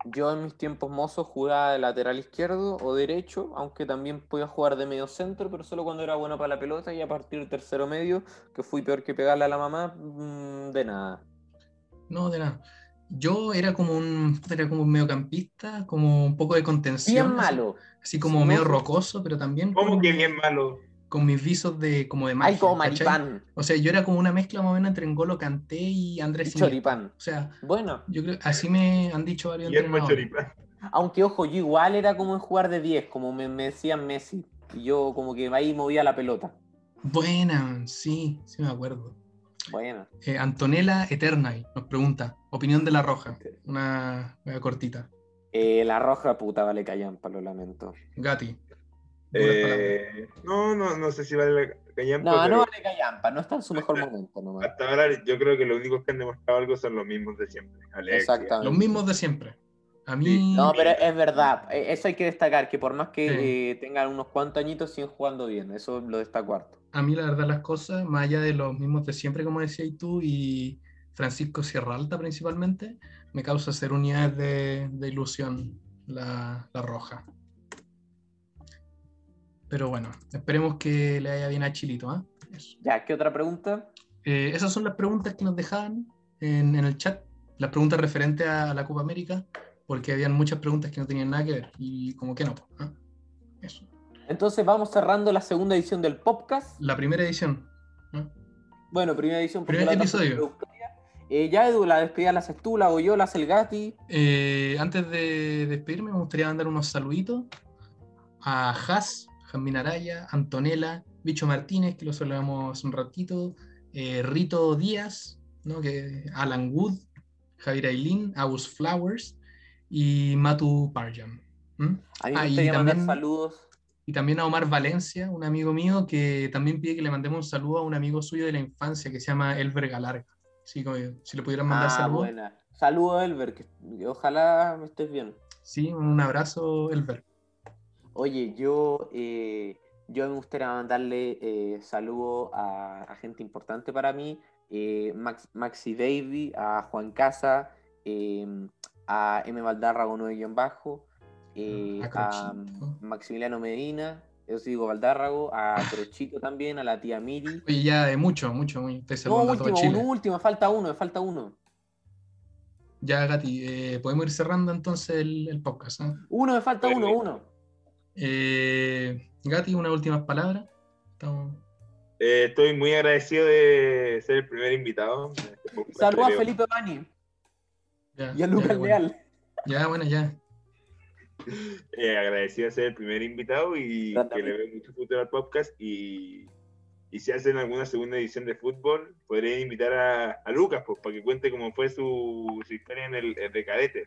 B: Yo en mis tiempos mozos jugaba de lateral izquierdo o derecho, aunque también podía jugar de medio centro, pero solo cuando era bueno para la pelota y a partir del tercero medio, que fui peor que pegarle a la mamá, mm, de nada.
A: No, de nada. Yo era como un, era como un mediocampista, como un poco de contención.
B: Bien
A: así-
B: malo.
A: Así como
B: Sí,
A: medio
B: no, sí.
A: rocoso, pero también
C: ¿Cómo
A: con,
C: que bien malo?
A: con mis visos de como de
B: Ay,
A: magia,
B: como
A: ¿cachai?
B: maripán,
A: O sea, yo era como una mezcla más o menos entre N'Golo Kanté y Andrés Iniesta.
B: choripán.
A: O sea,
B: Bueno,
A: yo creo así me han dicho varios
C: Guillermo
A: entrenadores.
C: Choripán.
B: aunque ojo, yo igual era como en jugar de 10, como me, me decían Messi. Y yo como que ahí movía la pelota.
A: Buena, sí, sí me acuerdo.
B: Bueno,
A: Eh, Antonella Eternay nos pregunta, opinión de La Roja, una, una cortita.
B: eh, la roja puta, vale, callan, lo lamento.
A: Gati. duras palabras.
C: Eh, no, no, no sé si vale la callampa,
B: No,
C: pero
B: no vale callampa, no está en su mejor momento nomás.
C: hasta ahora yo creo que los únicos que han demostrado algo son los mismos de siempre. Alexia.
B: Exactamente.
A: Los mismos de siempre. A mí...
C: Sí.
B: No, pero es verdad. e- Eso hay que destacar, que por más que
A: Sí.
B: eh, tengan unos cuantos añitos, siguen jugando bien. Eso lo destaco harto.
A: a mí la verdad las cosas, más allá de los mismos de siempre, como decías tú, y Francisco Sierra Alta principalmente, me causa ser unidades de, de ilusión la, la roja. Pero bueno, esperemos que le haya bien a Chilito. ¿ah? Eso.
B: Ya, ¿qué otra pregunta?
A: Eh, esas son las preguntas que nos dejaban en, en el chat, las preguntas referentes a, la Copa América, porque habían muchas preguntas que no tenían nada que ver y como que no. po, ¿ah? Eso.
B: Entonces vamos cerrando la segunda edición del podcast.
A: La primera edición.
B: Bueno, primera edición. porque
A: Primer
B: la otra fue
A: episodio.
B: introductoria. Eh, ya, Edu, la despedida la haces tú, la hago yo, la hace el Gati.
A: Eh, antes de despedirme, me gustaría mandar unos saluditos a Haas, Jamín Araya, Antonella, Bicho Martínez, que lo saludamos hace un ratito, eh, Rito Díaz, ¿no? que, Alan Wood, Javier Ailín, Agus Flowers y Matu Parjan. ¿Mm?
B: A mí me
A: Ah, y
B: gustaría
A: también-
B: mandar saludos.
A: Y también a Omar Valencia, un amigo mío, que también pide que le mandemos un saludo a un amigo suyo de la infancia que se llama Elber Galarga. Así que si le pudieran mandar
B: Ah,
A: saludos.
B: buena. Saludos, Elber, que que ojalá estés bien.
A: Sí, un abrazo, Elber.
B: Oye, yo, eh, yo me gustaría mandarle eh, saludo a, a gente importante para mí, eh, Max- Maxi Davy, a Juan Casa, eh, a M. Valdarrago 9-Bajo, eh,
A: A
B: a
A: Crochito.
B: Maximiliano Medina, yo sí digo Valdarrago, a Crochito también, a la tía Miri.
A: Oye, ya de mucho, mucho, muy- estoy
B: No,
A: saludando a todo
B: último, un
A: Chile.
B: último, falta uno, me falta uno.
A: Ya, Gati, eh, podemos ir cerrando entonces el, el podcast. ¿eh?
B: Uno, me falta uno,
C: Perfecto.
B: uno.
A: Eh, Gati, unas últimas palabras. Estamos-
C: Eh, estoy muy agradecido de ser el primer invitado.
B: Saludos a Felipe Bani
A: ya,
B: y a
A: ya,
B: Lucas
A: bueno.
B: Leal.
A: Ya, bueno, ya.
C: Eh, agradecido de ser el primer invitado y
B: Grande
C: que le veo mucho futuro al podcast. Y, y si hacen alguna segunda edición de fútbol, podré invitar a, a Lucas pues, para que cuente cómo fue su, su historia en el, en el cadete.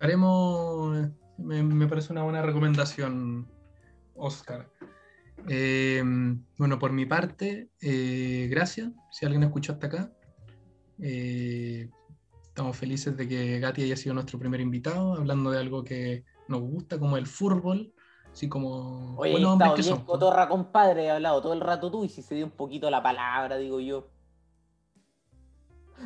A: Haremos, me, me parece una buena recomendación, Oscar. Eh, bueno, por mi parte, eh, gracias. Si alguien escuchó hasta acá, Eh, estamos felices de que Gati haya sido nuestro primer invitado, hablando de algo que nos gusta, como el fútbol, así como
B: Oye,
A: buenos
B: he
A: hombres
B: estado
A: que
B: bien
A: son.
B: cotorra, compadre, he hablado todo el rato tú y si se dio un poquito la palabra, digo yo.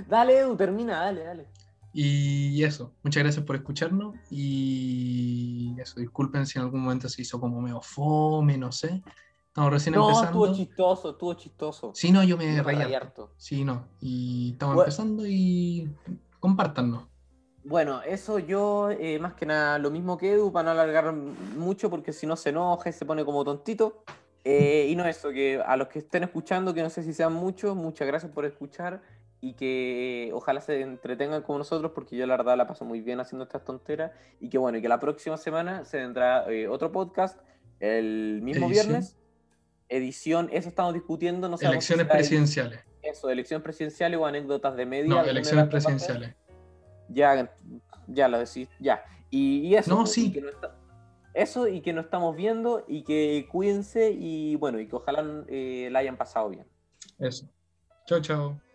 B: Dale, Edu, termina, dale, dale.
A: Y eso, muchas gracias por escucharnos. Y eso, disculpen si en algún momento se hizo como medio fome, no sé. Estamos recién
B: No,
A: empezando.
B: estuvo chistoso, estuvo chistoso.
A: Sí, no, yo me
B: Me
A: reí.
B: reí
A: harto.
B: harto.
A: Sí, no. Y estamos
B: Bueno.
A: empezando y compártanos.
B: Bueno, eso yo, eh, más que nada, lo mismo que Edu, para no alargar mucho, porque si no se enoja y se pone como tontito. Eh, y no eso, que a los que estén escuchando, que no sé si sean muchos, muchas gracias por escuchar y que eh, ojalá se entretengan con nosotros porque yo la verdad la paso muy bien haciendo estas tonteras y que bueno, y que la próxima semana se vendrá eh, otro podcast el mismo
A: Edición.
B: viernes. Edición, eso estamos discutiendo, no sabemos si
A: Elecciones
B: será el-
A: presidenciales.
B: eso, elecciones presidenciales o anécdotas de media.
A: No,
B: alguna de
A: elecciones
B: las dos va a ser.
A: presidenciales.
B: Ya, ya lo decís, ya. Y, y eso.
A: No,
B: pues,
A: sí.
B: y que no está- eso y que nos estamos viendo y que cuídense y bueno, y que ojalá eh, la hayan pasado bien.
A: Eso. Chao, chao.